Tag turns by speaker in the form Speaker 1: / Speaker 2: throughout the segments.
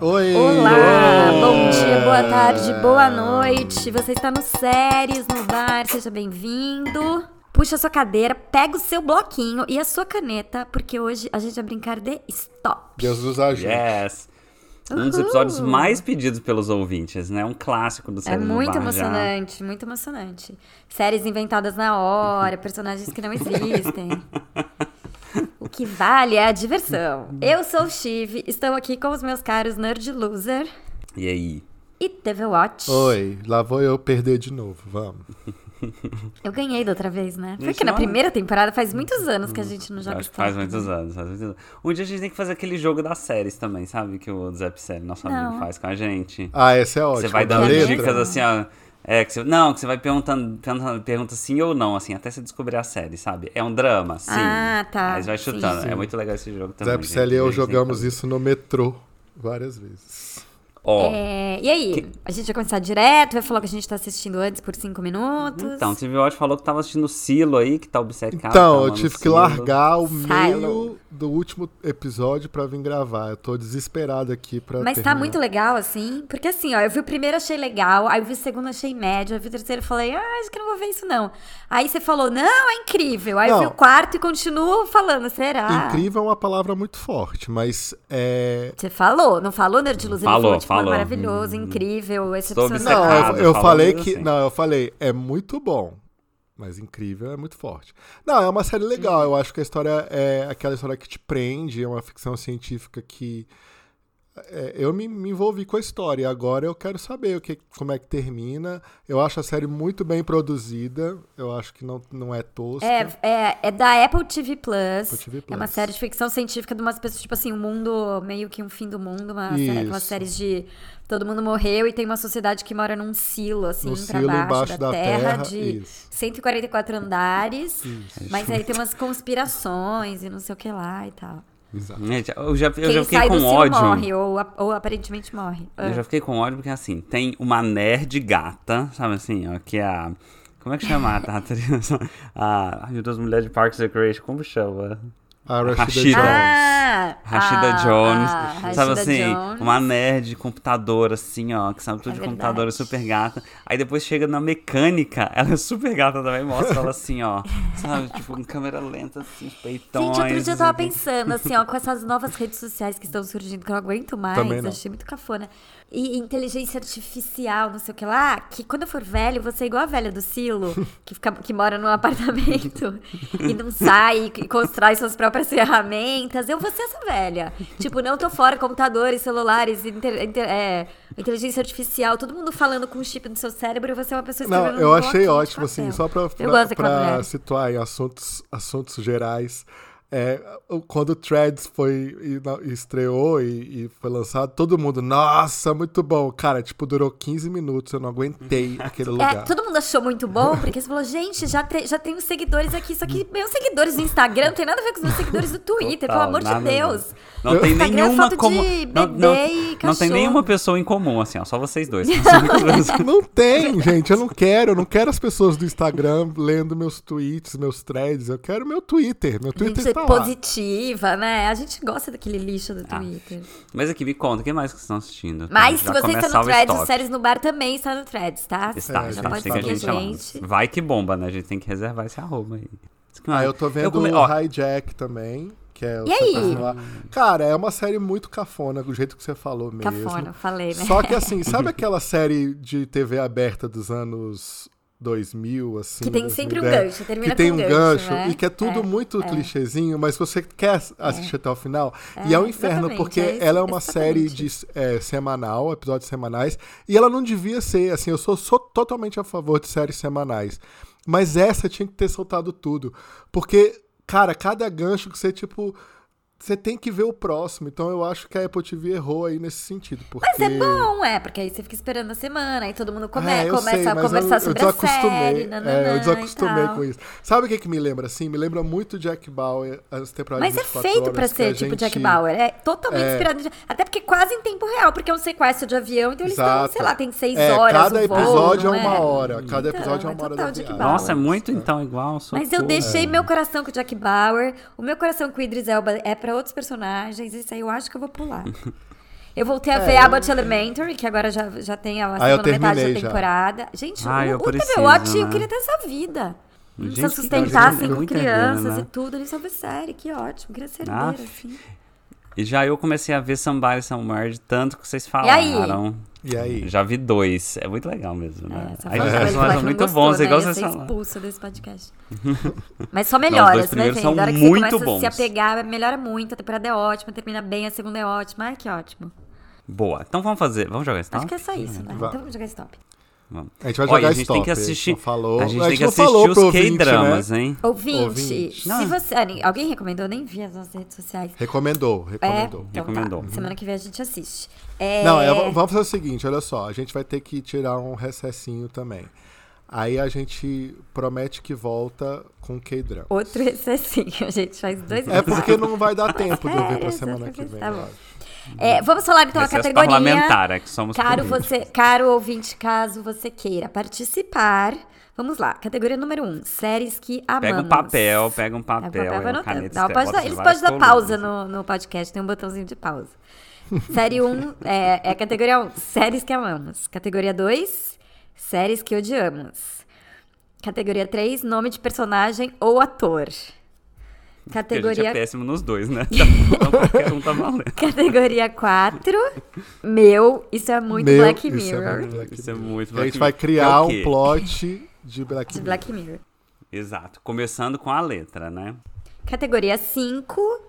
Speaker 1: Oi!
Speaker 2: Olá, bom dia, boa tarde, boa noite. Você está no Séries no Bar, seja bem-vindo. Puxa a sua cadeira, pega o seu bloquinho e a sua caneta, porque hoje a gente vai brincar de stop.
Speaker 1: Deus nos ajude.
Speaker 3: Yes! Um dos episódios mais pedidos pelos ouvintes, né? Um clássico do
Speaker 2: É
Speaker 3: Série
Speaker 2: muito
Speaker 3: no Bar, já.
Speaker 2: emocionante, muito emocionante. Séries inventadas na hora, personagens que não existem. O que vale é a diversão. Eu sou o Chive, estou aqui com os meus caros Nerd Loser
Speaker 3: E aí?
Speaker 2: e TV Watch.
Speaker 1: Oi, lá vou eu perder de novo, vamos.
Speaker 2: Eu ganhei da outra vez, né? Foi
Speaker 3: Gente,
Speaker 2: que na
Speaker 3: não- Hum,
Speaker 2: primeira temporada faz muitos anos que a gente não joga
Speaker 3: Acho que faz
Speaker 2: Stop.
Speaker 3: muitos anos, faz muitos anos. Um dia a gente tem que fazer aquele jogo das séries também, sabe? Que o Zé Picelli, nosso
Speaker 2: Não.
Speaker 3: amigo, faz com a gente.
Speaker 1: Ah, essa é ótima.
Speaker 3: Você vai
Speaker 1: da
Speaker 3: dando
Speaker 1: letra?
Speaker 3: dicas assim, ó. É, que você, não, que você vai perguntando, perguntando- pergunta sim ou não, assim, até você descobrir a série, sabe? É um drama, sim.
Speaker 2: Ah, tá.
Speaker 3: Aí você vai
Speaker 2: Sim.
Speaker 3: chutando. É muito legal esse jogo também.
Speaker 1: Zé Picelli e
Speaker 3: gente. A
Speaker 1: eu
Speaker 3: gente tem que
Speaker 1: jogamos
Speaker 3: fazer.
Speaker 1: isso no metrô várias vezes.
Speaker 3: Ó,
Speaker 2: É, e aí? A gente vai começar direto? Vai falar o que a gente tá assistindo antes por cinco minutos?
Speaker 3: então, o TV Watch falou que tava assistindo o Silo aí, que tá obcecado. tá
Speaker 1: Então, eu
Speaker 3: amando
Speaker 1: tive
Speaker 3: o
Speaker 1: que
Speaker 3: Silo.
Speaker 1: largar o
Speaker 2: Silo.
Speaker 1: meio do último episódio pra vir gravar. Eu tô desesperado aqui pra
Speaker 2: Mas tá
Speaker 1: terminar.
Speaker 2: muito legal, assim. Porque assim, ó, eu vi o primeiro, achei legal. Aí eu vi o segundo, achei médio. Aí eu vi o terceiro, falei, ah, acho que não vou ver isso não. Aí você falou, não, é incrível. Aí eu vi
Speaker 1: Não.
Speaker 2: o quarto e continuo falando, será?
Speaker 1: Incrível é uma palavra muito forte, mas é...
Speaker 2: Você falou, não falou, Nerd Luz? Ele
Speaker 3: Falou,
Speaker 2: falou, tipo,
Speaker 3: falou. Uhum.
Speaker 2: maravilhoso, incrível,
Speaker 3: Tá
Speaker 1: Não, eu-
Speaker 2: excepcional.
Speaker 3: errado,
Speaker 1: eu,
Speaker 3: falou
Speaker 1: falei
Speaker 3: mesmo
Speaker 1: que...
Speaker 3: assim.
Speaker 1: Não, eu falei, é muito bom. Mas incrível é muito forte. Não, é uma série legal. Eu acho que a história é aquela história que te prende. É uma ficção científica que... é, eu me, me envolvi com a história. e Agora eu quero saber o que, como é que termina. Eu acho a série muito bem produzida. Eu acho que não, não é tosca.
Speaker 2: É, é, é da Apple TV, Plus.
Speaker 1: Apple TV+.
Speaker 2: É uma série de ficção científica de umas pessoas, tipo assim, um mundo, meio que um fim do mundo, uma série,
Speaker 1: Isso.
Speaker 2: umas séries de. Todo mundo morreu e tem uma sociedade que mora num silo, assim,
Speaker 1: No
Speaker 2: pra
Speaker 1: silo
Speaker 2: baixo
Speaker 1: embaixo
Speaker 2: da,
Speaker 1: da
Speaker 2: terra,
Speaker 1: terra,
Speaker 2: de
Speaker 1: isso.
Speaker 2: 144 andares. Mas aí tem umas conspirações e não sei o que lá e tal.
Speaker 1: Exato.
Speaker 3: Gente, eu já, eu
Speaker 2: Quem
Speaker 3: já
Speaker 2: sai
Speaker 3: fiquei com
Speaker 2: do
Speaker 3: ódio.
Speaker 2: silo morre, ou, ap- ou aparentemente morre. Ah.
Speaker 3: Eu já fiquei com ódio porque, assim, tem uma nerd gata, sabe assim, ó, que é a... Como é que chama a a atriz? A... Ai, meu Deus, mulher de Parks and Recreation, como chama?
Speaker 1: A Rashida Jones.
Speaker 3: Rashida.
Speaker 2: Ah,
Speaker 3: Rashida
Speaker 2: ah,
Speaker 3: Jones,
Speaker 2: ah,
Speaker 3: sabe
Speaker 2: Rashida
Speaker 3: assim,
Speaker 2: Jones.
Speaker 3: uma nerd de computador, assim, ó, que sabe tudo
Speaker 2: É
Speaker 3: de computador, é
Speaker 2: verdade.
Speaker 3: super gata. Aí depois chega na mecânica, ela é super gata também, mostra ela assim, ó, sabe, tipo, em câmera lenta, assim, peitões.
Speaker 2: Gente, outro dia eu tava
Speaker 1: Então é
Speaker 3: assim.
Speaker 2: pensando, assim, ó, com essas novas redes sociais que estão surgindo, que eu não aguento mais,
Speaker 1: Também não.
Speaker 2: achei muito cafona. E inteligência artificial, não sei o que lá, que quando eu for velho, você é igual a velha do Silo, que, fica, que mora num apartamento e não sai e constrói suas próprias ferramentas. Eu vou ser essa velha. Tipo, não tô fora computadores, celulares, inter- inter- é, inteligência artificial, todo mundo falando com um chip no seu cérebro e você é uma pessoa
Speaker 1: Não,
Speaker 2: escrevendo
Speaker 1: eu
Speaker 2: num
Speaker 1: achei
Speaker 2: bloquinho de
Speaker 1: ótimo, assim,
Speaker 2: papel.
Speaker 1: só pra,
Speaker 2: Eu
Speaker 1: pra,
Speaker 2: gosto
Speaker 1: pra
Speaker 2: daquela mulher.
Speaker 1: situar em assuntos, assuntos gerais. É, o- quando o Threads foi e na- e estreou e, e foi lançado, todo mundo, nossa, muito bom. Cara, tipo, durou 15 minutos, eu não aguentei aquele
Speaker 2: É,
Speaker 1: lugar.
Speaker 2: todo mundo achou muito bom, porque você falou, gente, já, te- já tenho seguidores aqui, só que meus seguidores do Instagram não tem nada a ver com os meus seguidores do Twitter,
Speaker 3: Total,
Speaker 2: pelo amor de
Speaker 3: nada a ver.
Speaker 2: Deus.
Speaker 3: Não tem
Speaker 2: Instagram é
Speaker 3: nenhuma
Speaker 2: foto
Speaker 3: como.
Speaker 2: de bebê
Speaker 3: não, não,
Speaker 2: e
Speaker 3: não tem
Speaker 2: cachorro.
Speaker 3: nenhuma pessoa em comum, assim, ó. Só vocês dois. Só vocês dois.
Speaker 1: Não tem, gente, eu não quero, eu não quero as pessoas do Instagram lendo meus tweets, meus threads, eu quero meu Twitter, meu Twitter
Speaker 2: Gente
Speaker 1: tá lá.
Speaker 2: positiva, né? A gente gosta daquele lixo
Speaker 3: É.
Speaker 2: do Twitter.
Speaker 3: Mas aqui, me conta, o que mais que vocês estão assistindo? Pra
Speaker 2: Mas
Speaker 3: gente
Speaker 2: se
Speaker 3: já
Speaker 2: você está
Speaker 3: começar
Speaker 2: no
Speaker 3: o
Speaker 2: Threads, o
Speaker 3: estoque.
Speaker 2: Séries no Bar também está no Threads, tá?
Speaker 3: Está,
Speaker 1: É,
Speaker 2: Você
Speaker 3: está.
Speaker 2: pode
Speaker 3: Tem que a
Speaker 2: seguir
Speaker 3: gente chamar. Vai que bomba, né? A gente tem que reservar esse arroba aí. Diz que mais.
Speaker 1: Ah, eu tô vendo
Speaker 3: come-
Speaker 1: o
Speaker 3: ó,
Speaker 1: Hijack também, que é o
Speaker 2: E aí?
Speaker 1: Santa Clara. Cara, é uma série muito cafona, do jeito que você falou mesmo.
Speaker 2: Cafona, falei, né?
Speaker 1: Só que assim, sabe aquela série de TV aberta dos anos 2000, assim?
Speaker 2: Que tem sempre um
Speaker 1: 2010?
Speaker 2: gancho, termina
Speaker 1: Que tem
Speaker 2: com
Speaker 1: um
Speaker 2: gancho,
Speaker 1: gancho,
Speaker 2: né?
Speaker 1: e que é tudo
Speaker 2: É,
Speaker 1: muito clichêzinho, mas você quer assistir até o final. e é um inferno,
Speaker 2: exatamente,
Speaker 1: porque
Speaker 2: é isso-
Speaker 1: ela é uma série
Speaker 2: exatamente
Speaker 1: de é, semanal, episódios semanais, e ela não devia ser, assim, eu sou, sou totalmente a favor de séries semanais. Mas essa tinha que ter soltado tudo. Porque, cara, cada gancho que você, tipo. Você tem que ver o próximo. Então eu acho que a Apple TV errou aí nesse sentido. Porque...
Speaker 2: Mas é bom, é, porque aí você fica esperando a semana, aí todo mundo come-
Speaker 1: É, eu
Speaker 2: começa
Speaker 1: sei,
Speaker 2: a
Speaker 1: mas
Speaker 2: conversar
Speaker 1: eu,
Speaker 2: sobre
Speaker 1: eu
Speaker 2: a série,
Speaker 1: desacostumei,
Speaker 2: nananã
Speaker 1: é, eu
Speaker 2: e
Speaker 1: desacostumei
Speaker 2: tal.
Speaker 1: com isso. Sabe o que, que me lembra assim? Me lembra muito Jack Bauer as temporadas
Speaker 2: Mas é
Speaker 1: 24
Speaker 2: feito
Speaker 1: horas, que
Speaker 2: pra ser
Speaker 1: a
Speaker 2: tipo
Speaker 1: gente-
Speaker 2: Jack Bauer. É totalmente
Speaker 1: É.
Speaker 2: inspirado. em- Até porque quase em tempo real, porque é um sequestro de avião, então eles estão,
Speaker 1: Exato.
Speaker 2: sei lá, tem seis
Speaker 1: É,
Speaker 2: horas.
Speaker 1: Cada
Speaker 2: o voo,
Speaker 1: episódio
Speaker 2: não
Speaker 1: é uma
Speaker 2: é?
Speaker 1: hora. Cada
Speaker 2: Então,
Speaker 1: episódio é
Speaker 2: é
Speaker 1: uma hora da
Speaker 2: total Jack
Speaker 1: viagem.
Speaker 2: Bauer.
Speaker 3: Nossa, é muito então igual.
Speaker 2: Mas eu
Speaker 3: socorro.
Speaker 2: deixei meu coração com o Jack Bauer, o meu coração com o Idris Elba é pra outros personagens, isso aí eu acho que eu vou pular. Eu voltei a
Speaker 1: É,
Speaker 2: ver
Speaker 1: eu- Ah,
Speaker 2: Abbott Elementary, que agora já, já tem a
Speaker 1: eu
Speaker 2: segunda metade
Speaker 1: terminei
Speaker 2: da
Speaker 1: já.
Speaker 2: temporada. Gente,
Speaker 3: Ah,
Speaker 2: o,
Speaker 3: eu
Speaker 2: o
Speaker 3: preciso,
Speaker 2: TV Watch, eu
Speaker 3: né?
Speaker 2: queria ter essa vida. Não
Speaker 3: Gente,
Speaker 2: precisa
Speaker 3: que
Speaker 2: sustentar
Speaker 1: coisa,
Speaker 2: cinco
Speaker 3: muita
Speaker 2: crianças
Speaker 3: grana.
Speaker 2: e tudo. Ele soube série, que ótimo. Queria ser herdeira,
Speaker 3: Ah,
Speaker 2: assim.
Speaker 3: E já eu comecei a ver Somebody Somewhere de tanto que vocês
Speaker 2: E aí?
Speaker 3: falaram.
Speaker 1: E aí?
Speaker 3: Já vi dois. É muito legal mesmo,
Speaker 2: É,
Speaker 3: né?
Speaker 2: só
Speaker 3: Aí
Speaker 2: falta
Speaker 3: os
Speaker 2: ele
Speaker 3: personagens
Speaker 2: falar que
Speaker 3: são
Speaker 2: não
Speaker 3: muito
Speaker 2: gostou,
Speaker 3: bons,
Speaker 2: né?
Speaker 3: igual
Speaker 2: Ia
Speaker 3: vocês
Speaker 2: ser
Speaker 3: falaram.
Speaker 2: expulso desse podcast. Mas só
Speaker 3: Não,
Speaker 2: melhora,
Speaker 3: os dois
Speaker 2: né,
Speaker 3: primeiros
Speaker 2: gente?
Speaker 3: são
Speaker 2: Na hora que
Speaker 3: muito
Speaker 2: você começa a
Speaker 3: bons.
Speaker 2: se apegar, melhora muito. A temporada é ótima, termina bem, a segunda é ótima. Ai, que ótimo.
Speaker 3: Boa. Então vamos fazer. Vamos jogar esse
Speaker 2: Acho que
Speaker 3: top?
Speaker 2: é só isso, né?
Speaker 1: Vai.
Speaker 2: Então vamos jogar stop.
Speaker 3: Vamos.
Speaker 1: A gente vai
Speaker 3: Olha,
Speaker 1: jogar
Speaker 3: a gente tem
Speaker 1: stop,
Speaker 3: que
Speaker 1: a gente
Speaker 3: assistir.
Speaker 1: não falou-
Speaker 3: a gente
Speaker 1: a
Speaker 3: tem
Speaker 1: gente
Speaker 3: que
Speaker 1: não
Speaker 3: assistir
Speaker 1: falou pro
Speaker 3: os
Speaker 1: ouvinte, né?
Speaker 3: K-dramas, hein?
Speaker 2: Ouvinte,
Speaker 1: Ouvinte.
Speaker 2: se você. ah, ni- Alguém recomendou? Eu nem vi as nossas redes sociais.
Speaker 1: Recomendou,
Speaker 2: É,
Speaker 1: recomendou.
Speaker 2: então
Speaker 3: Recomendou. Uhum.
Speaker 2: Tá. Semana que vem a gente assiste. É,
Speaker 1: Não, é, vamos fazer o seguinte, olha só, a gente vai ter que tirar um recessinho também. Aí a gente promete que volta com K-drama.
Speaker 2: Outro recessinho, a gente faz dois
Speaker 1: É porque
Speaker 2: episódios.
Speaker 1: não vai dar tempo de eu ver pra
Speaker 2: Férias,
Speaker 1: semana que
Speaker 2: essas
Speaker 1: vem.
Speaker 2: coisas, É, tá
Speaker 1: eu
Speaker 2: bom.
Speaker 1: acho.
Speaker 2: É, vamos falar então a
Speaker 3: Recesso
Speaker 2: categoria.
Speaker 3: parlamentar, é que somos
Speaker 2: Caro,
Speaker 3: políticos.
Speaker 2: você, caro ouvinte, caso você queira participar, vamos lá. Categoria número um, séries que amamos.
Speaker 3: Pega um papel, pega um papel,
Speaker 2: Pega um papel,
Speaker 3: é
Speaker 2: vai
Speaker 3: uma
Speaker 2: anotando.
Speaker 3: caneta.
Speaker 2: Dá uma
Speaker 3: escreve,
Speaker 2: pausa-
Speaker 3: bota
Speaker 2: eles
Speaker 3: várias
Speaker 2: podem dar pausa
Speaker 3: colunas.
Speaker 2: no, no podcast, tem um botãozinho de pausa. Série 1 é, é a categoria 1, séries que amamos. Categoria 2, séries que odiamos. Categoria 3, nome de personagem ou ator.
Speaker 3: Porque a gente é
Speaker 2: Categoria
Speaker 3: péssimo nos dois, né? Então qualquer um tá valendo.
Speaker 2: Categoria 4, meu, isso é muito
Speaker 1: Meu,
Speaker 2: Black
Speaker 1: isso é
Speaker 2: Mirror.
Speaker 1: muito Black
Speaker 3: Isso é
Speaker 1: Mirror.
Speaker 3: muito
Speaker 1: A gente
Speaker 3: Black
Speaker 1: vai
Speaker 3: Mirror.
Speaker 1: criar
Speaker 3: É o
Speaker 1: um
Speaker 3: quê?
Speaker 1: plot de Black
Speaker 2: De
Speaker 1: Mirror.
Speaker 2: Black Mirror.
Speaker 3: Exato. Começando com a letra, né?
Speaker 2: Categoria 5,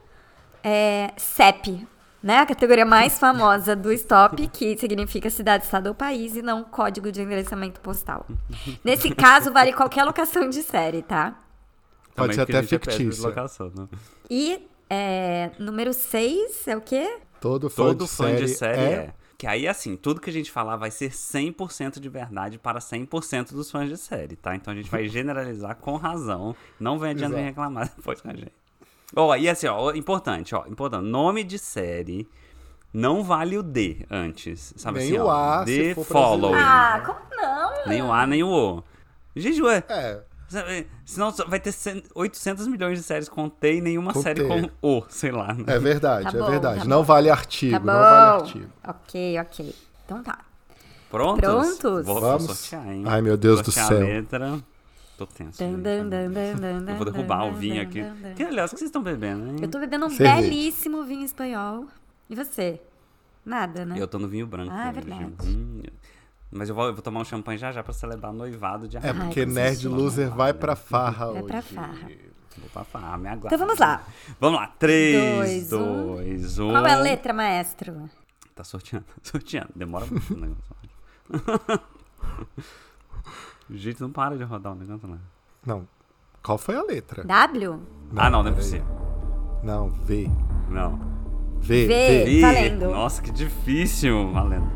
Speaker 2: é, CEP, né? A categoria mais famosa do STOP, que significa cidade, estado ou país, e não código de endereçamento postal. Nesse caso, vale qualquer locação de série, tá?
Speaker 1: Pode ser
Speaker 3: Também porque a
Speaker 1: até
Speaker 3: gente é péssimo de
Speaker 1: fictício.
Speaker 3: locação, né?
Speaker 2: E é, número 6 é o quê?
Speaker 1: Todo fã,
Speaker 3: Todo
Speaker 1: de,
Speaker 3: fã
Speaker 1: série
Speaker 3: de série é.
Speaker 1: é...
Speaker 3: Que aí, assim, tudo que a gente falar vai ser 100% de verdade para 100% dos fãs de série, tá? Então a gente vai generalizar com razão. Não vem adianta vir
Speaker 1: Exato.
Speaker 3: reclamar depois com a gente. Ó, e assim, ó, importante, ó, importante. Nome de série não vale o D antes, sabe
Speaker 1: Nem
Speaker 3: assim,
Speaker 1: o
Speaker 3: ó,
Speaker 1: A, se
Speaker 3: The
Speaker 1: for
Speaker 3: Following.
Speaker 1: brasileiro.
Speaker 2: Ah, como não?
Speaker 3: Nem o A, nem o O. Gente, ué,
Speaker 1: É,
Speaker 3: sabe, senão só vai ter 100 800 milhões de séries com T e nenhuma
Speaker 1: Com T.
Speaker 3: série com O, sei lá. né?
Speaker 1: é verdade,
Speaker 2: Tá
Speaker 1: é
Speaker 2: bom,
Speaker 1: verdade.
Speaker 2: tá
Speaker 1: não vale artigo,
Speaker 2: Tá
Speaker 1: não vale
Speaker 2: bom.
Speaker 1: artigo.
Speaker 2: Ok, ok. Então tá.
Speaker 3: Prontos?
Speaker 2: Prontos?
Speaker 3: Vou,
Speaker 1: Vamos.
Speaker 3: vou sortear, hein?
Speaker 1: Ai, meu Deus do
Speaker 3: Sortear
Speaker 1: céu.
Speaker 3: a letra. Tô tenso.
Speaker 2: Dan,
Speaker 3: gente,
Speaker 2: dan,
Speaker 3: tá
Speaker 2: dan,
Speaker 3: muito
Speaker 2: dan,
Speaker 3: tenso.
Speaker 2: dan,
Speaker 3: Eu vou derrubar
Speaker 2: dan,
Speaker 3: o vinho
Speaker 2: dan,
Speaker 3: aqui.
Speaker 2: dan, dan.
Speaker 3: Que, aliás, o que vocês estão bebendo, hein?
Speaker 2: Eu tô bebendo um
Speaker 1: Cerveja.
Speaker 2: belíssimo vinho espanhol. E você? Nada, né?
Speaker 3: Eu tô no vinho branco.
Speaker 2: Ah, é
Speaker 3: hoje.
Speaker 2: verdade.
Speaker 3: Hum. Mas eu vou, eu vou tomar um champanhe já já pra celebrar o noivado de
Speaker 1: É
Speaker 3: Arnaldo.
Speaker 1: porque
Speaker 2: Ai, com
Speaker 1: Nerd
Speaker 2: certeza.
Speaker 1: Loser vai pra farra
Speaker 2: Vai
Speaker 1: hoje.
Speaker 2: pra farra.
Speaker 3: Vou pra farra, me aguarda.
Speaker 2: Então vamos lá.
Speaker 3: Vamos lá. 3,
Speaker 2: Dois, um.
Speaker 3: 2, 1.
Speaker 2: Qual é a letra, maestro?
Speaker 3: Tá sorteando, sorteando. Demora muito o negócio. O jeito não para de rodar o negócio, né?
Speaker 1: Não. Qual foi a letra?
Speaker 2: W?
Speaker 3: ah, não, não é
Speaker 1: peraí.
Speaker 3: possível.
Speaker 1: Não, V.
Speaker 3: Não.
Speaker 1: V,
Speaker 2: V.
Speaker 1: V.
Speaker 3: Ih,
Speaker 2: Valendo.
Speaker 3: Nossa, que difícil, valendo.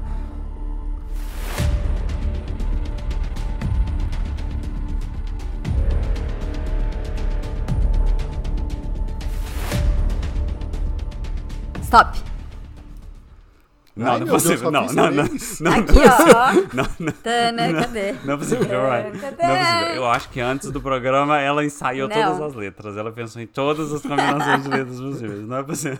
Speaker 2: Stop.
Speaker 3: Não,
Speaker 1: Ai,
Speaker 3: não é
Speaker 1: meu Deus,
Speaker 3: possível.
Speaker 1: só
Speaker 3: Não,
Speaker 1: fiz
Speaker 3: não, não,
Speaker 1: três.
Speaker 3: não,
Speaker 2: Aqui, ó.
Speaker 3: não, não,
Speaker 2: Tana, cadê?
Speaker 3: não é possível, you're right. Não é possível. Eu acho que antes do programa ela ensaiou
Speaker 2: né? Não.
Speaker 3: todas as letras. Ela pensou em todas as combinações de letras possíveis. Não é possível.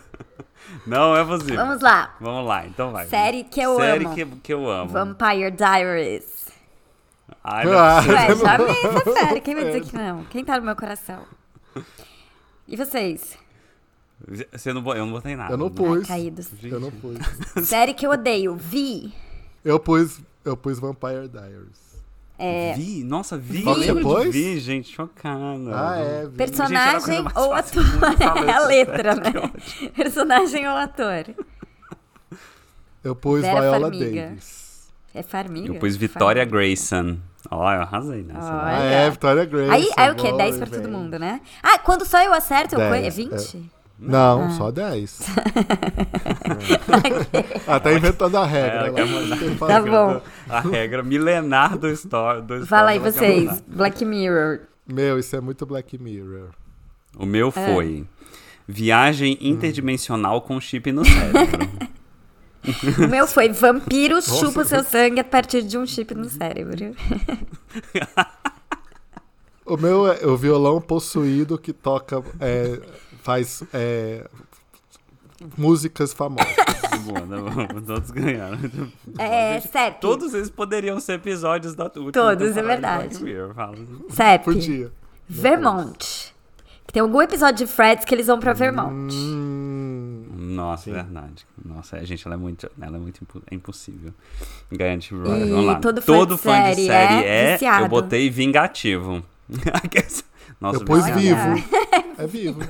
Speaker 3: Não é possível.
Speaker 2: Vamos lá.
Speaker 3: Vamos lá, então vai.
Speaker 2: Série que eu
Speaker 3: Série
Speaker 2: amo.
Speaker 3: que, que eu amo.
Speaker 2: Vampire Diaries.
Speaker 3: Ai, não
Speaker 1: Ah.
Speaker 3: é possível.
Speaker 2: Ué, já vi essa série. Quem vai dizer que não? Quem tá no meu coração? E vocês?
Speaker 3: Você não, bo- eu não botei nada.
Speaker 1: Eu não
Speaker 2: Ai,
Speaker 1: pus.
Speaker 2: caídos.
Speaker 1: Eu não pus.
Speaker 2: Série que eu odeio. Vi.
Speaker 1: Eu pus, eu pus Vampire Diaries.
Speaker 2: É.
Speaker 3: Vi, nossa, vi.
Speaker 1: Qual que você
Speaker 3: eu
Speaker 1: pôs?
Speaker 3: Vi, gente, chocada.
Speaker 1: Ah, é, V.
Speaker 3: Gente, era
Speaker 2: Personagem
Speaker 3: a coisa mais
Speaker 2: ou
Speaker 3: fácil
Speaker 2: ator?
Speaker 3: do mundo falar
Speaker 2: É a
Speaker 3: isso,
Speaker 2: letra,
Speaker 3: sério, que
Speaker 2: né? Personagem ou ator?
Speaker 1: Eu pus
Speaker 2: Vera
Speaker 1: Viola
Speaker 2: Farmiga.
Speaker 1: Davis.
Speaker 2: É Farmiga?
Speaker 3: Eu pus Vitória
Speaker 2: Farmiga.
Speaker 3: Grayson. Ó, eu arrasei nessa.
Speaker 2: Ó,
Speaker 3: né?
Speaker 1: Ah,
Speaker 2: Olha.
Speaker 1: é, Vitória Grace.
Speaker 2: Aí, aí o quê? 10 pra todo mundo, né? Ah, quando só eu acerto, eu
Speaker 1: Dez,
Speaker 2: co- é 20?
Speaker 1: Não, só 10. ah, tá inventando a regra.
Speaker 3: É,
Speaker 1: lá.
Speaker 3: quer mudar.
Speaker 1: Tem que
Speaker 2: Tá
Speaker 1: fazer.
Speaker 2: bom.
Speaker 3: A regra milenar do Store. Do
Speaker 2: Vai lá aí
Speaker 3: Store, ela quer
Speaker 2: vocês.
Speaker 3: mudar.
Speaker 2: Black Mirror.
Speaker 1: Meu, isso é muito Black Mirror.
Speaker 3: O
Speaker 2: É.
Speaker 3: meu foi viagem
Speaker 1: Hum.
Speaker 3: interdimensional com chip no cérebro.
Speaker 2: O meu foi vampiro chupa o seu sangue a partir de um chip no cérebro.
Speaker 1: O meu é o violão possuído que toca. é, faz. é, músicas famosas.
Speaker 3: Boa, tá bom. Todos ganharam.
Speaker 2: É, CEP.
Speaker 3: Todos eles poderiam ser episódios da última
Speaker 2: Todos, é
Speaker 3: temporada de Black
Speaker 2: verdade.
Speaker 3: Mirror, fala.
Speaker 2: CEP.
Speaker 1: Podia.
Speaker 2: Vermont. Que tem algum episódio de Freds que eles vão pra Vermont.
Speaker 1: Hum,
Speaker 3: Nossa,
Speaker 1: Sim.
Speaker 3: verdade. Nossa, a gente, ela é muito, ela é muito impo- é impossível ganhar de Big Brother.
Speaker 2: E
Speaker 3: Vamos lá.
Speaker 2: todo fã de série é viciado.
Speaker 3: eu botei vingativo. Nossa,
Speaker 1: eu pus
Speaker 2: Olha.
Speaker 1: vivo. É vivo.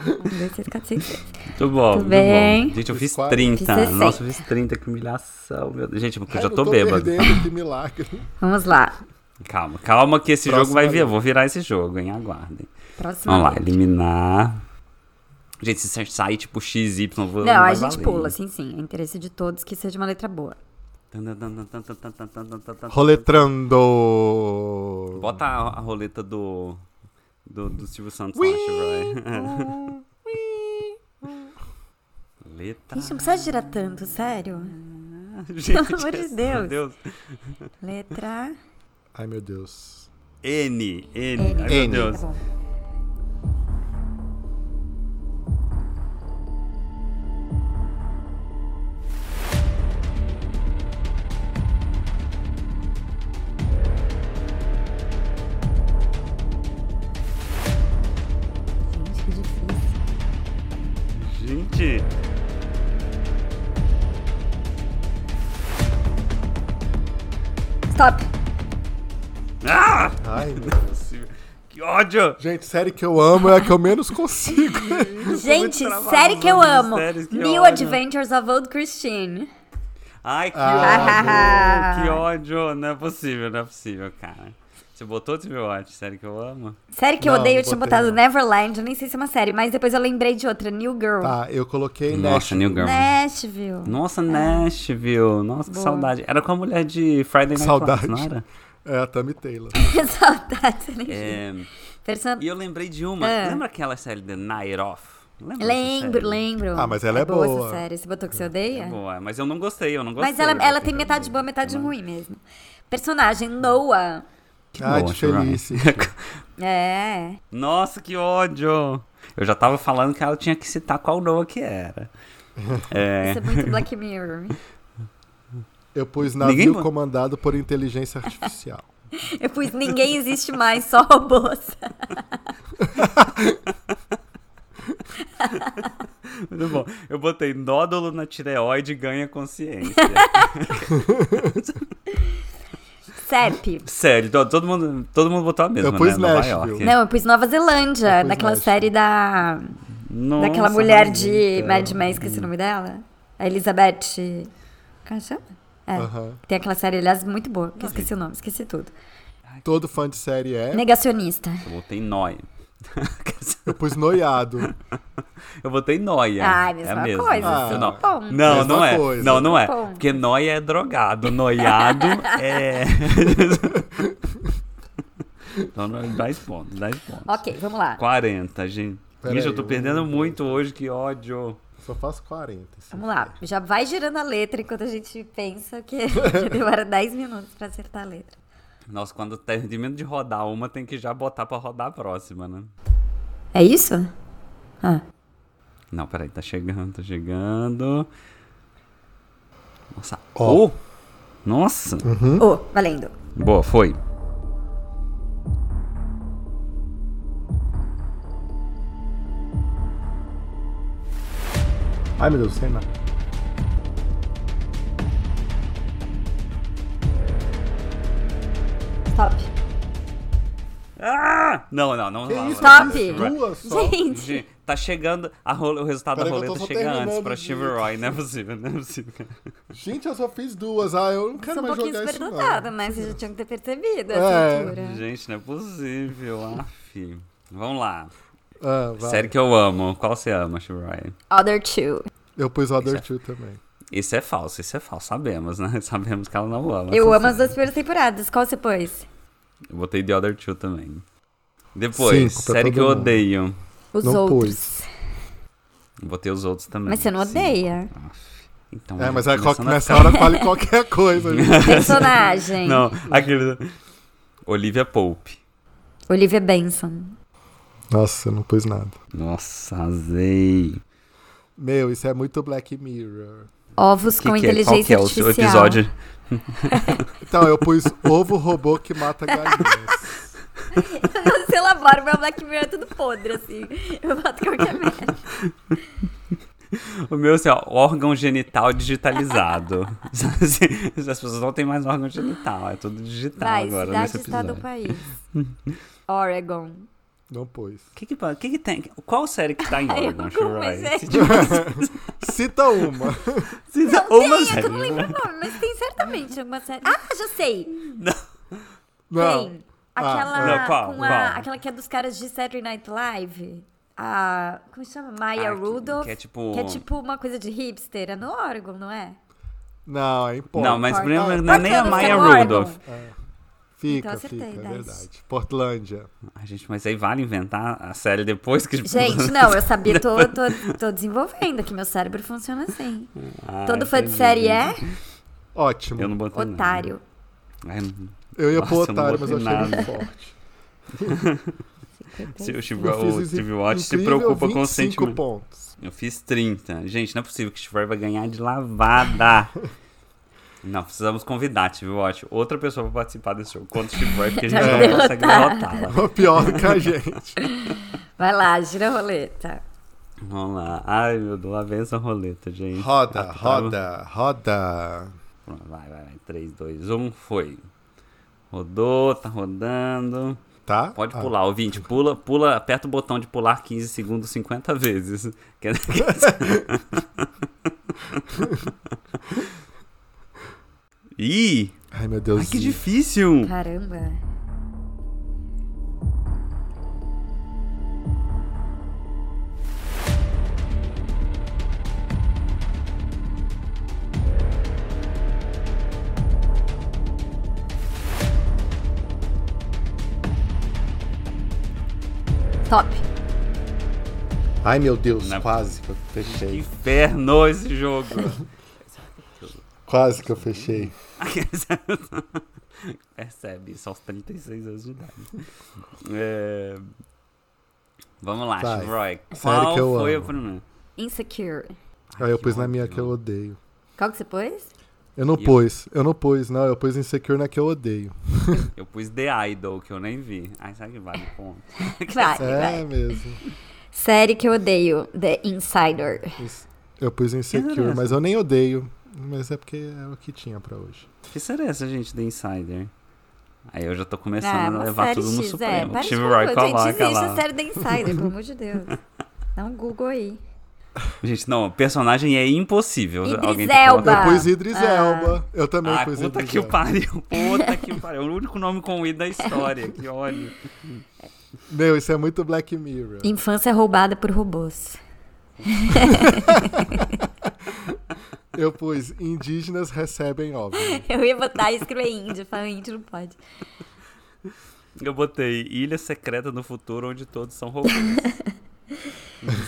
Speaker 2: Um, dois, três, quatro, cinco, seis.
Speaker 3: Muito bom,
Speaker 2: Tudo
Speaker 3: muito
Speaker 2: bem?
Speaker 3: bom. Gente, eu
Speaker 1: Fiz
Speaker 3: fiz
Speaker 1: quatro.
Speaker 3: 30.
Speaker 2: Fiz 60.
Speaker 3: Nossa, eu fiz 30, que humilhação. Meu Deus. Gente, porque eu
Speaker 1: Ai,
Speaker 3: já
Speaker 1: não
Speaker 3: tô bêbado.
Speaker 1: Perdendo, que milagre.
Speaker 2: Vamos lá.
Speaker 3: Calma, calma que esse
Speaker 1: Próxima
Speaker 3: jogo vai vir. Eu
Speaker 1: vez.
Speaker 3: vou virar esse jogo, hein? Aguardem.
Speaker 2: Tá Próxima.
Speaker 3: Vamos lá,
Speaker 2: vez.
Speaker 3: eliminar. Gente, se sair tipo XY, eu vou.
Speaker 2: Não,
Speaker 3: vai
Speaker 2: a gente
Speaker 3: valer.
Speaker 2: pula, sim, sim. É interesse de todos que seja uma letra boa.
Speaker 1: Roletrando.
Speaker 3: Bota a, a roleta do, do, do Silvio Santos,
Speaker 1: Ui.
Speaker 3: eu acho, vai. Letra.
Speaker 2: Gente, não precisa girar tanto, sério.
Speaker 3: Gente,
Speaker 2: pelo amor de
Speaker 3: meu
Speaker 2: Deus. Letra.
Speaker 1: Ai, meu Deus.
Speaker 3: N, N. Ai, meu
Speaker 1: N.
Speaker 2: Tá
Speaker 3: Deus.
Speaker 2: bom. Gente, que difícil.
Speaker 3: Gente.
Speaker 2: Stop!
Speaker 3: Ah!
Speaker 1: Ai, meu
Speaker 3: Não é possível. Que ódio!
Speaker 1: Gente, série que eu amo é a que eu menos consigo.
Speaker 2: Gente,
Speaker 3: travado
Speaker 2: série que eu
Speaker 3: nas
Speaker 2: amo.
Speaker 3: séries que eu
Speaker 2: New
Speaker 3: amo.
Speaker 2: Adventures of Old Christine.
Speaker 3: Ai, que
Speaker 2: Ah.
Speaker 3: ódio! que ódio! Não é possível, não é possível, cara. Você botou TV Watch, sério que eu amo?
Speaker 2: Série que eu
Speaker 1: Não,
Speaker 2: odeio,
Speaker 1: não
Speaker 2: eu tinha
Speaker 1: botei,
Speaker 2: botado
Speaker 1: não.
Speaker 2: Neverland, eu nem sei se é uma série, mas depois eu lembrei de outra, New Girl.
Speaker 1: Tá, eu coloquei
Speaker 3: Nossa, New Girl.
Speaker 2: Nashville.
Speaker 3: Nossa, Nashville. Nossa, que
Speaker 2: Boa.
Speaker 3: saudade. Era com a mulher de Friday Night
Speaker 1: Saudade.
Speaker 3: Lights, não era?
Speaker 1: É, a Tammy Taylor.
Speaker 2: Que saudade, né?
Speaker 3: É,
Speaker 2: Person...
Speaker 3: e eu lembrei de uma.
Speaker 2: Ah.
Speaker 3: Lembra aquela série The Night Off? Lembra dessa série?
Speaker 2: Lembro, lembro.
Speaker 1: Ah, mas ela é
Speaker 2: boa.
Speaker 1: boa.
Speaker 2: essa série. Você botou que você odeia?
Speaker 3: É boa, mas eu não gostei, eu não gostei.
Speaker 2: mas ela,
Speaker 3: eu
Speaker 2: ela
Speaker 3: gostei
Speaker 2: tem
Speaker 3: de
Speaker 2: metade
Speaker 3: algum.
Speaker 2: boa, metade ruim mesmo. Personagem, Noah.
Speaker 3: Que
Speaker 1: Ah,
Speaker 3: bom,
Speaker 1: de
Speaker 3: Sharon.
Speaker 1: feliz.
Speaker 2: É.
Speaker 3: Nossa, que ódio! Eu já tava falando que ela tinha que citar qual Noah que era. É,
Speaker 2: Isso é muito Black Mirror.
Speaker 1: Eu pus
Speaker 3: Ninguém
Speaker 1: navio
Speaker 3: bo-
Speaker 1: comandado por inteligência artificial.
Speaker 2: Eu pus Ninguém Existe Mais, só robôs.
Speaker 3: muito bom. Eu botei nódulo na tireoide ganha consciência.
Speaker 2: CEP.
Speaker 3: Sério, to- todo mundo, todo mundo botou a mesma,
Speaker 1: Eu pus
Speaker 3: né? Nova
Speaker 1: Nashville.
Speaker 3: York.
Speaker 2: Não, eu pus Nova Zelândia,
Speaker 1: Eu pus
Speaker 2: naquela
Speaker 1: Nashville.
Speaker 2: série da...
Speaker 3: Nossa,
Speaker 2: daquela mulher de
Speaker 3: Raíssa.
Speaker 2: Mad Men, esqueci o nome dela. A Elizabeth... Como ela chama? É.
Speaker 1: Aham.
Speaker 2: Tem aquela série, aliás, muito boa, que eu esqueci o nome, esqueci tudo.
Speaker 1: Todo fã de série é.
Speaker 2: Negacionista.
Speaker 3: Eu botei nóia.
Speaker 1: Eu pus noiado.
Speaker 3: Eu botei noia.
Speaker 2: Ah, é a mesma
Speaker 3: é mesmo.
Speaker 2: coisa,
Speaker 1: Ah.
Speaker 3: Eu
Speaker 2: assim,
Speaker 3: não.
Speaker 2: bom.
Speaker 3: Não, não
Speaker 1: Mesma
Speaker 3: é.
Speaker 1: coisa.
Speaker 3: Não, não é.
Speaker 2: Bom.
Speaker 3: Porque noia é drogado, noiado é. então, não, 10 pontos, 10 pontos.
Speaker 2: Ok, vamos lá.
Speaker 3: 40, gente.
Speaker 1: Pera
Speaker 3: gente,
Speaker 1: aí,
Speaker 3: eu tô
Speaker 1: eu-
Speaker 3: perdendo muito hoje, que ódio.
Speaker 1: Só faço 40. assim.
Speaker 2: Vamos lá. Já vai girando a letra enquanto a gente pensa que que demora 10 minutos pra acertar a letra.
Speaker 3: Nossa, quando termina de rodar uma, tem que já botar pra rodar a próxima, né?
Speaker 2: É isso? Ah.
Speaker 3: Não, peraí, tá chegando, tá chegando. Nossa.
Speaker 1: Ó.
Speaker 3: Oh. Nossa.
Speaker 1: Hum?
Speaker 2: Oh, valendo.
Speaker 3: Boa, foi.
Speaker 1: Ai, meu Deus, sem nada.
Speaker 2: Stop.
Speaker 3: Ah! Não, não, não.
Speaker 1: Que
Speaker 3: não,
Speaker 1: isso?
Speaker 3: não,
Speaker 2: Stop!
Speaker 3: não, não.
Speaker 1: Duas só.
Speaker 2: Gente, um
Speaker 3: Gente, tá chegando. a rola- o resultado
Speaker 1: Peraí
Speaker 3: da
Speaker 1: que eu tô
Speaker 3: roleta
Speaker 1: só
Speaker 3: chega antes
Speaker 1: terminando
Speaker 3: pra
Speaker 1: de-
Speaker 3: Chivalry. Não é possível, não é possível.
Speaker 1: Gente, eu só fiz duas. Ah, eu não quero
Speaker 2: sou um
Speaker 1: mais
Speaker 2: pouquinho né?
Speaker 1: jogar isso,
Speaker 2: superdotada,
Speaker 1: não.
Speaker 2: mas vocês já tinham que ter percebido essa
Speaker 1: É.
Speaker 2: altura.
Speaker 3: Gente, não é possível. Aff. Vamos lá.
Speaker 1: Ah, vai.
Speaker 3: Sério que eu amo. Qual você ama, Chivalry?
Speaker 2: Other two.
Speaker 1: Eu pus Other Two também.
Speaker 3: Isso é falso, isso é falso. Sabemos, né? Sabemos que ela não ama.
Speaker 2: Eu amo
Speaker 3: essa
Speaker 2: as
Speaker 3: série.
Speaker 2: duas primeiras temporadas. Qual você pôs?
Speaker 3: Eu botei The Other Two também. Depois,
Speaker 1: Cinco pra
Speaker 3: série
Speaker 1: todo
Speaker 3: que eu
Speaker 1: mundo.
Speaker 3: odeio.
Speaker 2: Os
Speaker 1: Não
Speaker 2: outros.
Speaker 3: Botei os outros também.
Speaker 2: Mas você não
Speaker 3: Cinco.
Speaker 2: odeia.
Speaker 3: Aff. Então,
Speaker 1: É,
Speaker 3: já
Speaker 1: mas aí
Speaker 3: começando a
Speaker 1: nessa
Speaker 3: ficar-
Speaker 1: hora vale qualquer coisa. gente.
Speaker 2: Personagem.
Speaker 3: Não, aquele. Olivia Pope.
Speaker 2: Olivia Benson.
Speaker 1: Nossa, eu não pus nada.
Speaker 3: Nossa, azei.
Speaker 1: Meu, isso é muito Black Mirror.
Speaker 2: Ovos com
Speaker 3: que que é? Qual que
Speaker 2: inteligência
Speaker 3: é o seu
Speaker 2: artificial.
Speaker 3: episódio?
Speaker 1: Então, eu pus ovo robô que mata galinhas.
Speaker 2: Eu se elaboro, meu Black Mirror é tudo podre, assim. Eu boto qualquer merda.
Speaker 3: O meu, assim, ó, órgão genital digitalizado. Sabe assim, As pessoas não têm mais órgão genital, é tudo digital
Speaker 2: Vai,
Speaker 3: agora
Speaker 2: cidade,
Speaker 3: nesse
Speaker 2: estado
Speaker 3: episódio.
Speaker 2: do país. Oregon.
Speaker 1: Não pus.
Speaker 3: Que que, pa- que que tem? Qual série que tá em
Speaker 2: Ai, eu
Speaker 3: órgão,
Speaker 2: como, mas é-
Speaker 3: Shirai? Se tivesse-
Speaker 1: Cita uma.
Speaker 3: se-
Speaker 2: Não
Speaker 3: uma
Speaker 2: tem, é que eu não
Speaker 3: série,
Speaker 2: lembro
Speaker 3: né?
Speaker 2: o nome, mas tem certamente alguma série. Ah, já sei!
Speaker 1: Não.
Speaker 2: Tem. Aquela,
Speaker 3: Ah, não, qual?
Speaker 2: com a-
Speaker 3: Qual?
Speaker 2: aquela que é dos caras de Saturday Night Live. A, como se chama? Maya
Speaker 3: Ah, que-
Speaker 2: Rudolph.
Speaker 3: que é tipo-
Speaker 2: que é tipo uma coisa de hipster. É no Oregon, não é?
Speaker 1: Não, é em Portland.
Speaker 3: Não, mas o
Speaker 2: Portland.
Speaker 3: problema não é nem a
Speaker 2: Portland,
Speaker 3: Maya
Speaker 2: Oregon.
Speaker 3: Rudolph.
Speaker 1: Fica,
Speaker 2: Então acertei,
Speaker 1: fica, é
Speaker 2: dez.
Speaker 1: verdade. Portlândia.
Speaker 3: Ai, gente, mas aí vale inventar a série depois que... tipo,
Speaker 2: Gente, não, eu sabia, tô, tô, tô desenvolvendo aqui, meu cérebro funciona assim.
Speaker 3: Ah,
Speaker 2: Todo fã de
Speaker 3: entendi,
Speaker 2: série é
Speaker 3: entendi.
Speaker 1: Ótimo.
Speaker 3: Eu
Speaker 1: Eu,
Speaker 3: não botei nada. É,
Speaker 2: otário.
Speaker 3: Ai, não-
Speaker 1: ia
Speaker 3: Nossa,
Speaker 1: pôr
Speaker 3: eu não
Speaker 1: otário, mas eu achei
Speaker 3: botei
Speaker 1: muito
Speaker 3: nada.
Speaker 1: forte.
Speaker 3: se o Shiv-
Speaker 1: Eu
Speaker 3: o
Speaker 1: fiz
Speaker 3: Steve Watch se
Speaker 1: incrível
Speaker 3: preocupa com
Speaker 1: 25
Speaker 3: o sentimento.
Speaker 1: pontos.
Speaker 3: Eu fiz 30. Gente, não é possível que o Shiver vai ganhar de lavada. Não, precisamos convidar, Steve Watch, outra pessoa pra participar desse jogo contra o Steve Watch, porque a gente
Speaker 2: Pra
Speaker 3: não consegue derrotá-la.
Speaker 1: Pior do que a gente.
Speaker 2: Vai lá, gira a roleta.
Speaker 3: Vamos lá. Ai, meu Deus, lá vem essa roleta, gente.
Speaker 1: Roda,
Speaker 3: Ah, tá no-
Speaker 1: roda, roda.
Speaker 3: Pronto, Vai, vai, vai. 3, 2, 1, foi. Rodou, tá rodando.
Speaker 1: Tá?
Speaker 3: Pode
Speaker 1: Ah,
Speaker 3: pular, ouvinte. Pula, pula, aperta o botão de pular 15 segundos 50 vezes. Quer- Ih!
Speaker 1: Ai, meu Deus.
Speaker 3: Ai, que difícil!
Speaker 2: Caramba. Top.
Speaker 1: Ai, meu Deus,
Speaker 3: Não.
Speaker 1: quase que eu fechei.
Speaker 3: Inferno esse jogo!
Speaker 1: Quase que eu fechei.
Speaker 3: Percebe, só os 36 anos de idade. É, Vamos lá,
Speaker 1: Vai.
Speaker 3: Roy.
Speaker 1: Série
Speaker 3: Qual
Speaker 1: que eu
Speaker 3: foi
Speaker 1: amo.
Speaker 3: o primeiro?
Speaker 2: Insecure.
Speaker 1: Aí eu pus na minha que eu odeio.
Speaker 2: Qual que você pôs?
Speaker 1: Eu não
Speaker 3: E eu-
Speaker 1: pus, eu não pus, não. Eu pus Insecure na que eu odeio.
Speaker 3: Eu pus The Idol, que eu nem vi. Ai, será que vale ponto?
Speaker 2: Vai,
Speaker 1: É
Speaker 2: vai.
Speaker 1: mesmo.
Speaker 2: Série que eu odeio, The Insider.
Speaker 1: Ins- Eu pus
Speaker 2: é
Speaker 3: Que
Speaker 1: Insecure,
Speaker 3: beleza.
Speaker 1: mas eu nem odeio. Mas é porque é o que tinha pra hoje.
Speaker 3: Que série é essa, gente, The Insider? Aí eu já tô começando
Speaker 2: Ah,
Speaker 3: a
Speaker 2: uma
Speaker 3: levar
Speaker 2: série
Speaker 3: tudo no
Speaker 2: X, É,
Speaker 3: Supremo.
Speaker 2: para de
Speaker 3: Steve
Speaker 2: falar,
Speaker 3: Roy,
Speaker 2: gente, é existe
Speaker 3: coloca
Speaker 2: a
Speaker 3: lá.
Speaker 2: série The Insider, pelo amor de Deus. Dá um Google aí.
Speaker 3: Gente, não, personagem é impossível.
Speaker 2: Idris
Speaker 3: alguém ter colocado.
Speaker 2: Elba. Ah,
Speaker 1: eu pus Idris
Speaker 2: ah.
Speaker 1: Elba. Eu também
Speaker 3: Ah,
Speaker 1: pus
Speaker 3: puta
Speaker 1: Idris
Speaker 3: que o
Speaker 1: Elba.
Speaker 3: pariu, puta que pariu. É O único nome com I da história, que ódio.
Speaker 1: Meu, isso é muito Black Mirror.
Speaker 2: Infância roubada por robôs.
Speaker 1: Eu pus Indígenas Recebem Ovos.
Speaker 2: Eu ia botar e escrever índio, falar índio não pode.
Speaker 3: Eu botei Ilha Secreta no Futuro, onde todos são robôs.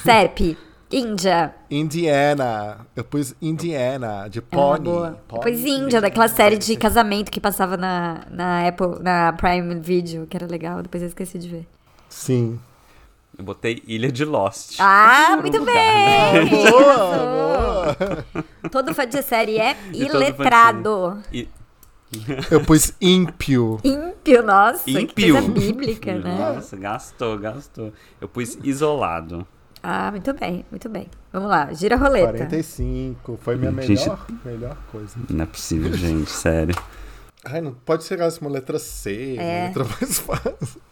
Speaker 2: Serp, Índia.
Speaker 1: Indiana. Eu pus Indiana, de
Speaker 2: É uma
Speaker 1: Pony.
Speaker 2: boa.
Speaker 1: Pony.
Speaker 2: Pois Índia, daquela série de casamento que passava na, na Apple, na Prime Video, que era legal, depois eu esqueci de ver.
Speaker 1: Sim.
Speaker 3: Eu botei Ilha de Lost.
Speaker 2: Ah,
Speaker 3: Primeiro
Speaker 2: muito
Speaker 3: lugar,
Speaker 2: bem!
Speaker 1: Boa, boa.
Speaker 2: Todo fã de série é
Speaker 3: E todo fã de
Speaker 2: iletrado.
Speaker 1: Eu pus ímpio.
Speaker 2: Ímpio, nossa.
Speaker 3: Ímpio.
Speaker 2: Que coisa bíblica, né?
Speaker 3: Nossa, gastou, gastou. Eu pus Isolado.
Speaker 2: Ah, muito bem, muito bem. Vamos lá, gira a roleta.
Speaker 1: 45. Foi minha melhor,
Speaker 3: Gente-
Speaker 1: melhor coisa.
Speaker 3: Não é possível, gente, sério.
Speaker 1: Ai, não pode chegar assim, uma letra C,
Speaker 2: É.
Speaker 1: uma letra mais fácil.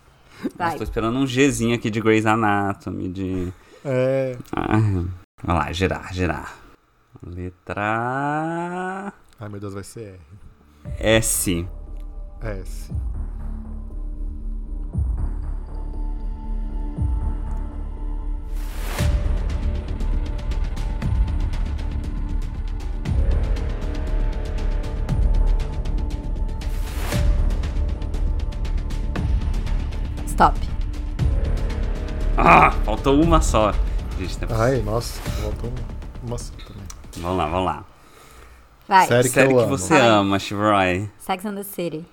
Speaker 2: Vai.
Speaker 3: Estou esperando um Gzinho aqui de Grey's Anatomy, de...
Speaker 1: É.
Speaker 3: Ah, Vamos lá, girar, girar. Letra
Speaker 1: Ai, meu Deus, vai ser R.
Speaker 3: S.
Speaker 1: S.
Speaker 2: Stop.
Speaker 3: Ah, faltou uma só. Gente, não é
Speaker 1: Ai, nossa, voltou uma- uma C também.
Speaker 3: possível. Vamos lá, vamos lá.
Speaker 2: Vai.
Speaker 1: Sério? Série que
Speaker 3: Série
Speaker 1: eu
Speaker 3: que,
Speaker 1: amo.
Speaker 3: você
Speaker 2: Ai.
Speaker 3: ama, Shivroy.
Speaker 2: Sex and the City.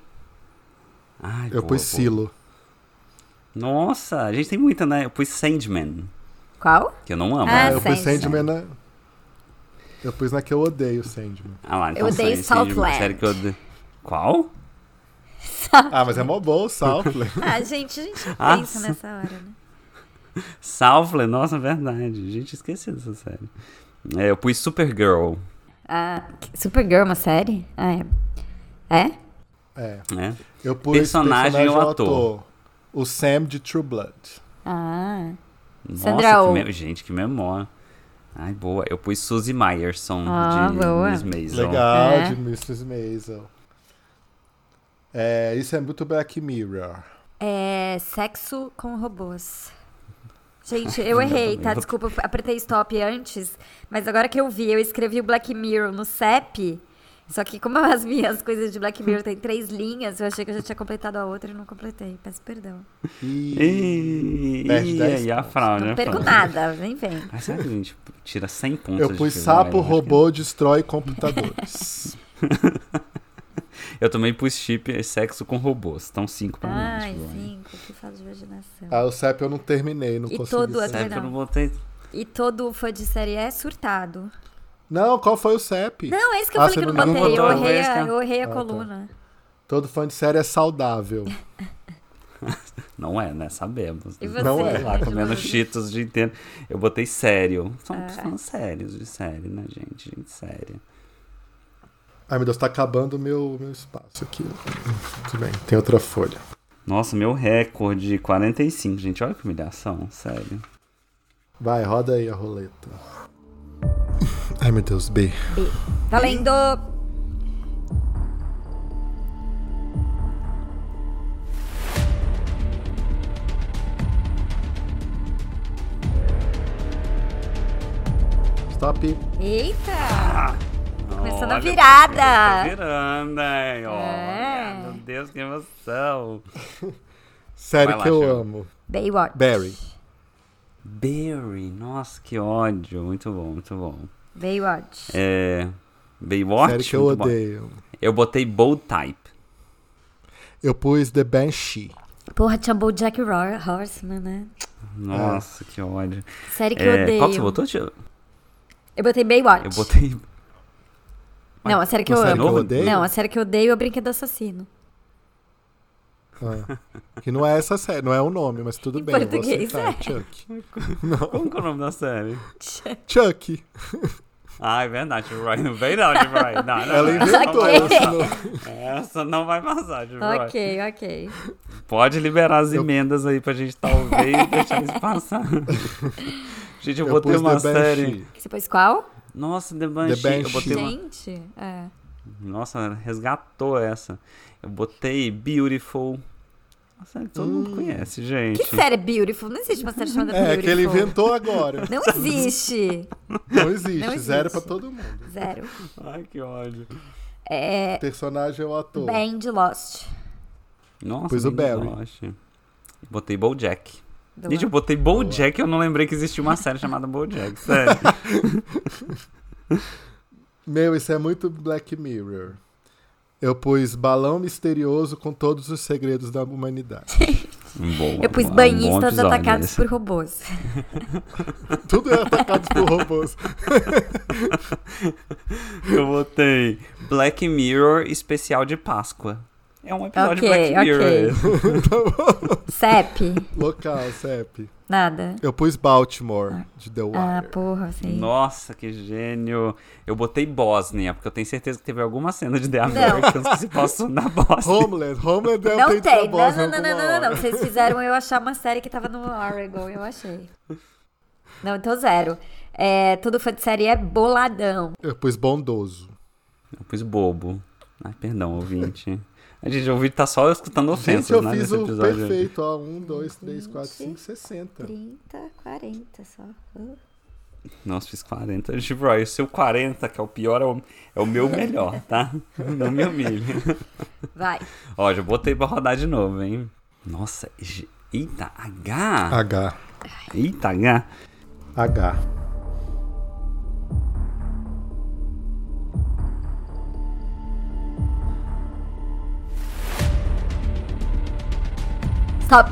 Speaker 3: Ai,
Speaker 1: Eu
Speaker 3: boa,
Speaker 1: pus
Speaker 3: boa.
Speaker 1: Silo.
Speaker 3: Nossa, a gente tem muita, né? Eu pus Sandman,
Speaker 2: Qual?
Speaker 3: que eu não amo.
Speaker 2: Ah,
Speaker 1: eu pus
Speaker 2: Sandman.
Speaker 1: Sandman na. Eu pus na que eu odeio Sandman.
Speaker 3: Ah lá,
Speaker 2: Eu odeio
Speaker 3: Sand- Sandman,
Speaker 2: Southland.
Speaker 3: série que eu odeio. Qual?
Speaker 1: Ah, mas é mó bom o Southland.
Speaker 2: Ah, gente, a gente não
Speaker 3: Ah,
Speaker 2: pensa
Speaker 3: sim.
Speaker 2: nessa hora, né?
Speaker 3: Southland, nossa, é verdade. Gente, esqueci dessa série. É, eu pus Supergirl,
Speaker 2: Ah, que- Supergirl é uma série? Ah, é. É?
Speaker 1: É.
Speaker 3: né?
Speaker 1: Eu pus
Speaker 3: Personagem ou
Speaker 1: ou
Speaker 3: ator?
Speaker 1: O Sam de True Blood.
Speaker 2: Ah. Sandra
Speaker 3: Nossa, que
Speaker 2: Oh.
Speaker 3: me- gente, que memória. Ai, boa. Eu pus Suzy Myerson
Speaker 2: Ah,
Speaker 3: de
Speaker 2: boa.
Speaker 3: Miss Maisel.
Speaker 1: Legal,
Speaker 2: É.
Speaker 1: de Mrs. Maisel. É, isso é muito Black Mirror.
Speaker 2: É sexo com robôs. Gente, eu errei, tá? Desculpa, eu apertei stop antes, mas agora que eu vi, eu escrevi o Black Mirror no CEP. Só que como as minhas coisas de Black Mirror tem três linhas, eu achei que eu já tinha completado a outra e não completei. Peço perdão.
Speaker 1: E
Speaker 3: E,
Speaker 1: Perde
Speaker 3: e,
Speaker 1: dez
Speaker 3: aí a
Speaker 1: pontos.
Speaker 3: fraude,
Speaker 2: Não
Speaker 3: né?
Speaker 2: perco
Speaker 3: fraude?
Speaker 2: nada, nem vem.
Speaker 3: Mas será que a gente tira 100 pontos?
Speaker 1: eu
Speaker 3: de
Speaker 1: pus
Speaker 3: Fraude?
Speaker 1: sapo,
Speaker 3: Eu acho que-
Speaker 1: robô, destrói computadores.
Speaker 3: Eu também pus chip e sexo com robôs. Então 5 pra
Speaker 2: Ai,
Speaker 3: mim. né? Fraude.
Speaker 2: cinco, que falta de imaginação.
Speaker 1: ah, o CEP eu não terminei, não
Speaker 2: E
Speaker 1: consegui.
Speaker 2: todo
Speaker 1: sair.
Speaker 2: também
Speaker 3: Sabe que eu
Speaker 2: não.
Speaker 3: não botei.
Speaker 1: Ah.
Speaker 2: E todo fã de série é surtado.
Speaker 1: Não, qual foi o CEP?
Speaker 2: Não, é isso que eu
Speaker 1: Ah,
Speaker 2: falei
Speaker 1: você
Speaker 2: que eu
Speaker 1: não
Speaker 2: não botei. Eu
Speaker 3: botou,
Speaker 2: errei
Speaker 3: essa?
Speaker 2: a, eu errei a
Speaker 1: Ah, tá.
Speaker 2: coluna.
Speaker 1: Todo fã de série é saudável.
Speaker 3: Não é, né? Sabemos.
Speaker 2: E você?
Speaker 1: Não é.
Speaker 3: Sei lá,
Speaker 2: Angela?
Speaker 3: comendo cheetos o dia inteiro. Eu botei sério. São
Speaker 2: Ah.
Speaker 3: fãs sérios de série, né, gente? Gente séria.
Speaker 1: Ai, meu Deus, tá acabando o meu, meu espaço aqui. Tudo bem, tem outra folha.
Speaker 3: Nossa, meu recorde 45, gente. Olha que humilhação, sério.
Speaker 1: Vai, roda aí a roleta. Ai, meu Deus, B.
Speaker 2: Valendo!
Speaker 1: Stop.
Speaker 2: Eita! Começando a
Speaker 3: Olha,
Speaker 2: virada.
Speaker 3: tá virando, hein? Olha,
Speaker 2: É.
Speaker 3: Meu Deus, que emoção.
Speaker 1: Série
Speaker 3: Vai lá,
Speaker 1: que eu
Speaker 3: Sheila.
Speaker 1: amo.
Speaker 2: Baywatch.
Speaker 1: Barry.
Speaker 3: Barry, nossa, que ódio. Muito bom, muito bom.
Speaker 2: Baywatch.
Speaker 3: É. Baywatch?
Speaker 1: série que eu
Speaker 3: muito bom.
Speaker 1: odeio.
Speaker 3: Eu botei Bold Type.
Speaker 1: Eu pus The Banshee.
Speaker 2: Porra, tinha o Jack Roar, Horseman, né?
Speaker 3: Nossa, que ódio.
Speaker 2: Série que eu
Speaker 3: É,
Speaker 2: odeio.
Speaker 3: qual que você botou, tio?
Speaker 2: Eu botei Baywatch.
Speaker 3: Eu botei. é
Speaker 2: Não, a série que eu
Speaker 1: Série que
Speaker 2: amo.
Speaker 1: eu
Speaker 3: novo?
Speaker 1: odeio?
Speaker 2: Não, a série que eu odeio é o Brinquedo Assassino.
Speaker 1: Ah. Que não é essa série, não é o nome, mas tudo
Speaker 2: Em
Speaker 1: bem. eu vou
Speaker 2: português,
Speaker 1: aceitar,
Speaker 2: é.
Speaker 1: Chuck.
Speaker 3: Como que é o nome da série?
Speaker 1: Chuck.
Speaker 3: Ah, é verdade, Roy. Não vem não, de Roy. Não, não,
Speaker 1: Ela
Speaker 3: não,
Speaker 1: inventou
Speaker 3: não vai
Speaker 2: Ok.
Speaker 1: essa.
Speaker 3: passar.
Speaker 1: no-
Speaker 3: Essa não vai passar, de Roy.
Speaker 2: ok, ok.
Speaker 3: Pode liberar as
Speaker 1: Eu-
Speaker 3: emendas aí pra gente talvez deixar isso passar. gente, eu,
Speaker 1: Eu
Speaker 3: botei
Speaker 1: pus
Speaker 3: uma
Speaker 1: The
Speaker 3: série.
Speaker 1: Banshee.
Speaker 2: Você pôs qual?
Speaker 3: Nossa, The Banshee. Eu
Speaker 1: Banshee.
Speaker 3: botei uma...
Speaker 2: Gente, é.
Speaker 3: Nossa, resgatou essa. Eu botei Beautiful. Nossa, todo
Speaker 1: Hum.
Speaker 3: mundo conhece, gente.
Speaker 2: Que série Beautiful? Não existe uma série chamada
Speaker 1: É,
Speaker 2: Beautiful.
Speaker 1: que ele inventou agora.
Speaker 2: Não existe.
Speaker 1: Não existe.
Speaker 2: Não
Speaker 1: Zero pra
Speaker 2: existe.
Speaker 1: todo mundo.
Speaker 2: Zero.
Speaker 3: Ai, que ódio.
Speaker 2: É.
Speaker 1: Personagem ou ator?
Speaker 2: Band Lost.
Speaker 3: Nossa,
Speaker 1: Pus o
Speaker 3: menina,
Speaker 1: Barry.
Speaker 3: nossa. Eu Botei Bojack.
Speaker 2: Do-
Speaker 3: Gente, eu botei Bojack e eu não lembrei que existia uma série chamada Bojack, sério.
Speaker 1: Meu, isso é muito Black Mirror. Eu pus balão misterioso com todos os segredos da humanidade.
Speaker 3: Boa,
Speaker 2: Eu pus
Speaker 3: boa, um bom
Speaker 2: banhistas
Speaker 3: episódio
Speaker 2: atacados
Speaker 3: esse.
Speaker 2: por robôs.
Speaker 1: Tudo é atacado por robôs.
Speaker 3: Eu botei Black Mirror especial de Páscoa. É um episódio de
Speaker 2: Ok,
Speaker 3: Black
Speaker 2: ok.
Speaker 3: Mirror. esse.
Speaker 2: CEP.
Speaker 1: Local, CEP.
Speaker 2: Nada.
Speaker 1: Eu pus Baltimore, de The Wire.
Speaker 2: Ah, porra, sim.
Speaker 3: Nossa, que gênio. Eu botei Bósnia, porque eu tenho certeza que teve alguma cena de The Americans que se passou na Bósnia.
Speaker 1: Homeland. Homeland é
Speaker 2: Não
Speaker 1: o
Speaker 2: tem.
Speaker 1: tempo da
Speaker 2: Não,
Speaker 1: boss,
Speaker 2: não, não, não, não, não, não. Vocês fizeram eu achar uma série que tava no Oregon, eu achei. Não, então zero. É, todo fã de série é boladão.
Speaker 1: Eu pus bondoso.
Speaker 3: Eu pus bobo. Ai, perdão, ouvinte. A gente, o ouvinte tá só escutando ofensas,
Speaker 1: Gente, eu
Speaker 3: né,
Speaker 1: fiz
Speaker 3: nesse
Speaker 1: o
Speaker 3: episódio.
Speaker 1: perfeito, ó. Um, dois, três, quatro, cinco, sessenta.
Speaker 2: 30, 40 só. Uh.
Speaker 3: Nossa, fiz 40. Gente, Roy, o seu 40, que é o pior, é o, é o meu melhor, tá? Não me humilhe.
Speaker 2: Vai.
Speaker 3: Ó, já botei pra rodar de novo, hein? Nossa, ge- eita, H!
Speaker 1: H.
Speaker 3: Eita, H!
Speaker 1: H.
Speaker 2: Stop.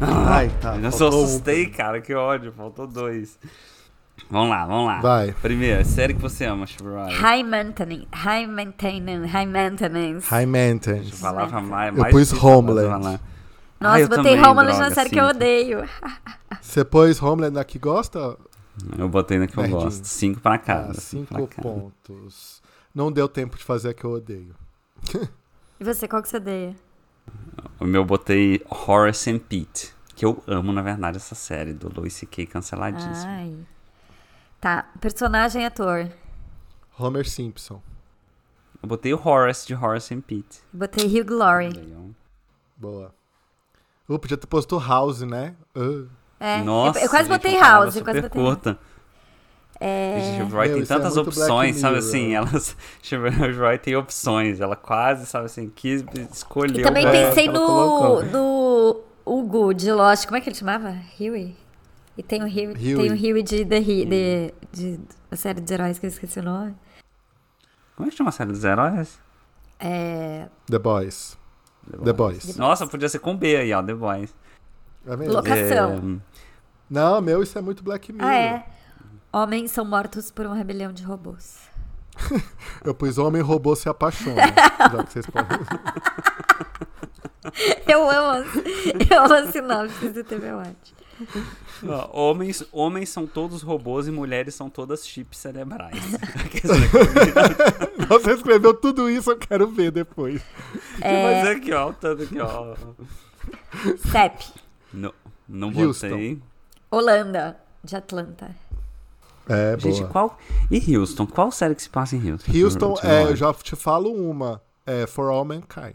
Speaker 4: Ai,
Speaker 1: Ah,
Speaker 4: tá.
Speaker 3: Eu já só
Speaker 4: faltou um.
Speaker 3: assustei, cara, que ódio, faltou dois. Vamos lá, vamos lá.
Speaker 1: Vai.
Speaker 3: Primeiro, série que você ama, Chibrai.
Speaker 2: High maintenance, high maintenance, high maintenance.
Speaker 1: High Maintenance.
Speaker 3: Palavra mais,
Speaker 1: Eu
Speaker 3: é mais
Speaker 1: pus
Speaker 3: difícil pra
Speaker 1: Homeland.
Speaker 3: falar.
Speaker 2: Nossa,
Speaker 3: Ah, eu
Speaker 2: botei
Speaker 3: também,
Speaker 2: Homeland na
Speaker 3: droga,
Speaker 2: série que eu
Speaker 3: cinco.
Speaker 2: odeio.
Speaker 1: Você pôs Homeland na que gosta?
Speaker 3: Eu botei na que eu
Speaker 1: Perdi.
Speaker 3: gosto. Cinco pra
Speaker 1: Ah,
Speaker 3: cada.
Speaker 1: cinco
Speaker 3: pra cada.
Speaker 1: pontos. Não deu tempo de fazer a que eu odeio.
Speaker 2: E você, qual que você odeia?
Speaker 3: O meu eu botei Horace and Pete. Que eu amo, na verdade, essa série do Louis C.K. canceladíssimo.
Speaker 2: Ai. Tá, personagem e ator.
Speaker 1: Homer Simpson.
Speaker 3: Eu botei o Horace de Horace and Pete.
Speaker 2: Botei Hugh Laurie.
Speaker 1: Boa. Uh, podia ter posto House, né? Uh,
Speaker 2: É, eu-
Speaker 3: Nossa,
Speaker 2: eu, quase
Speaker 3: gente,
Speaker 2: botei
Speaker 3: uma palavra
Speaker 2: House, eu quase
Speaker 3: super
Speaker 2: botei.
Speaker 3: curta. É... Roy
Speaker 1: Meu,
Speaker 3: tem
Speaker 1: isso é
Speaker 3: tantas
Speaker 1: muito
Speaker 3: opções,
Speaker 1: Black
Speaker 3: sabe
Speaker 1: Mirror.
Speaker 3: assim? Elas, Roy tem opções. Ela quase, sabe assim, quis escolher.
Speaker 2: E também
Speaker 3: o que
Speaker 2: pensei
Speaker 3: ela colocou.
Speaker 2: no, no Hugo de Lost, como é que ele chamava? Huey? E tem o Huey,
Speaker 1: Huey.
Speaker 2: Tem o Huey de The He- de, de- a série de heróis que eu esqueci o nome.
Speaker 3: Como é que chama a série dos heróis?
Speaker 2: É,
Speaker 1: The Boys. The Boys.
Speaker 3: Nossa, podia ser com B aí, ó, The Boys.
Speaker 1: É mesmo?
Speaker 2: Louca- Locação.
Speaker 3: É,
Speaker 1: Não, meu, isso é muito Black Mirror.
Speaker 2: ah, é. Homens são mortos por uma rebelião de robôs.
Speaker 1: Eu pus Homem Robô Se Apaixona. já que vocês podem...
Speaker 2: Eu amo, as- eu amo as sinopses do TV Watch.
Speaker 3: É, ó, homens, homens são todos robôs e mulheres são todas chips cerebrais. Aqueles negócios.
Speaker 1: Você escreveu tudo isso, eu quero ver depois.
Speaker 3: Mas é aqui, ó, o tanto aqui, ó.
Speaker 2: CEP,
Speaker 3: Não, não
Speaker 1: Houston.
Speaker 3: botei.
Speaker 2: Holanda, de Atlanta.
Speaker 1: É,
Speaker 3: Gente,
Speaker 1: boa.
Speaker 3: qual. E Houston? Qual série que se passa em Houston?
Speaker 1: Houston,
Speaker 3: Deixa
Speaker 1: é,
Speaker 3: lá.
Speaker 1: eu já te falo uma. É For All Mankind.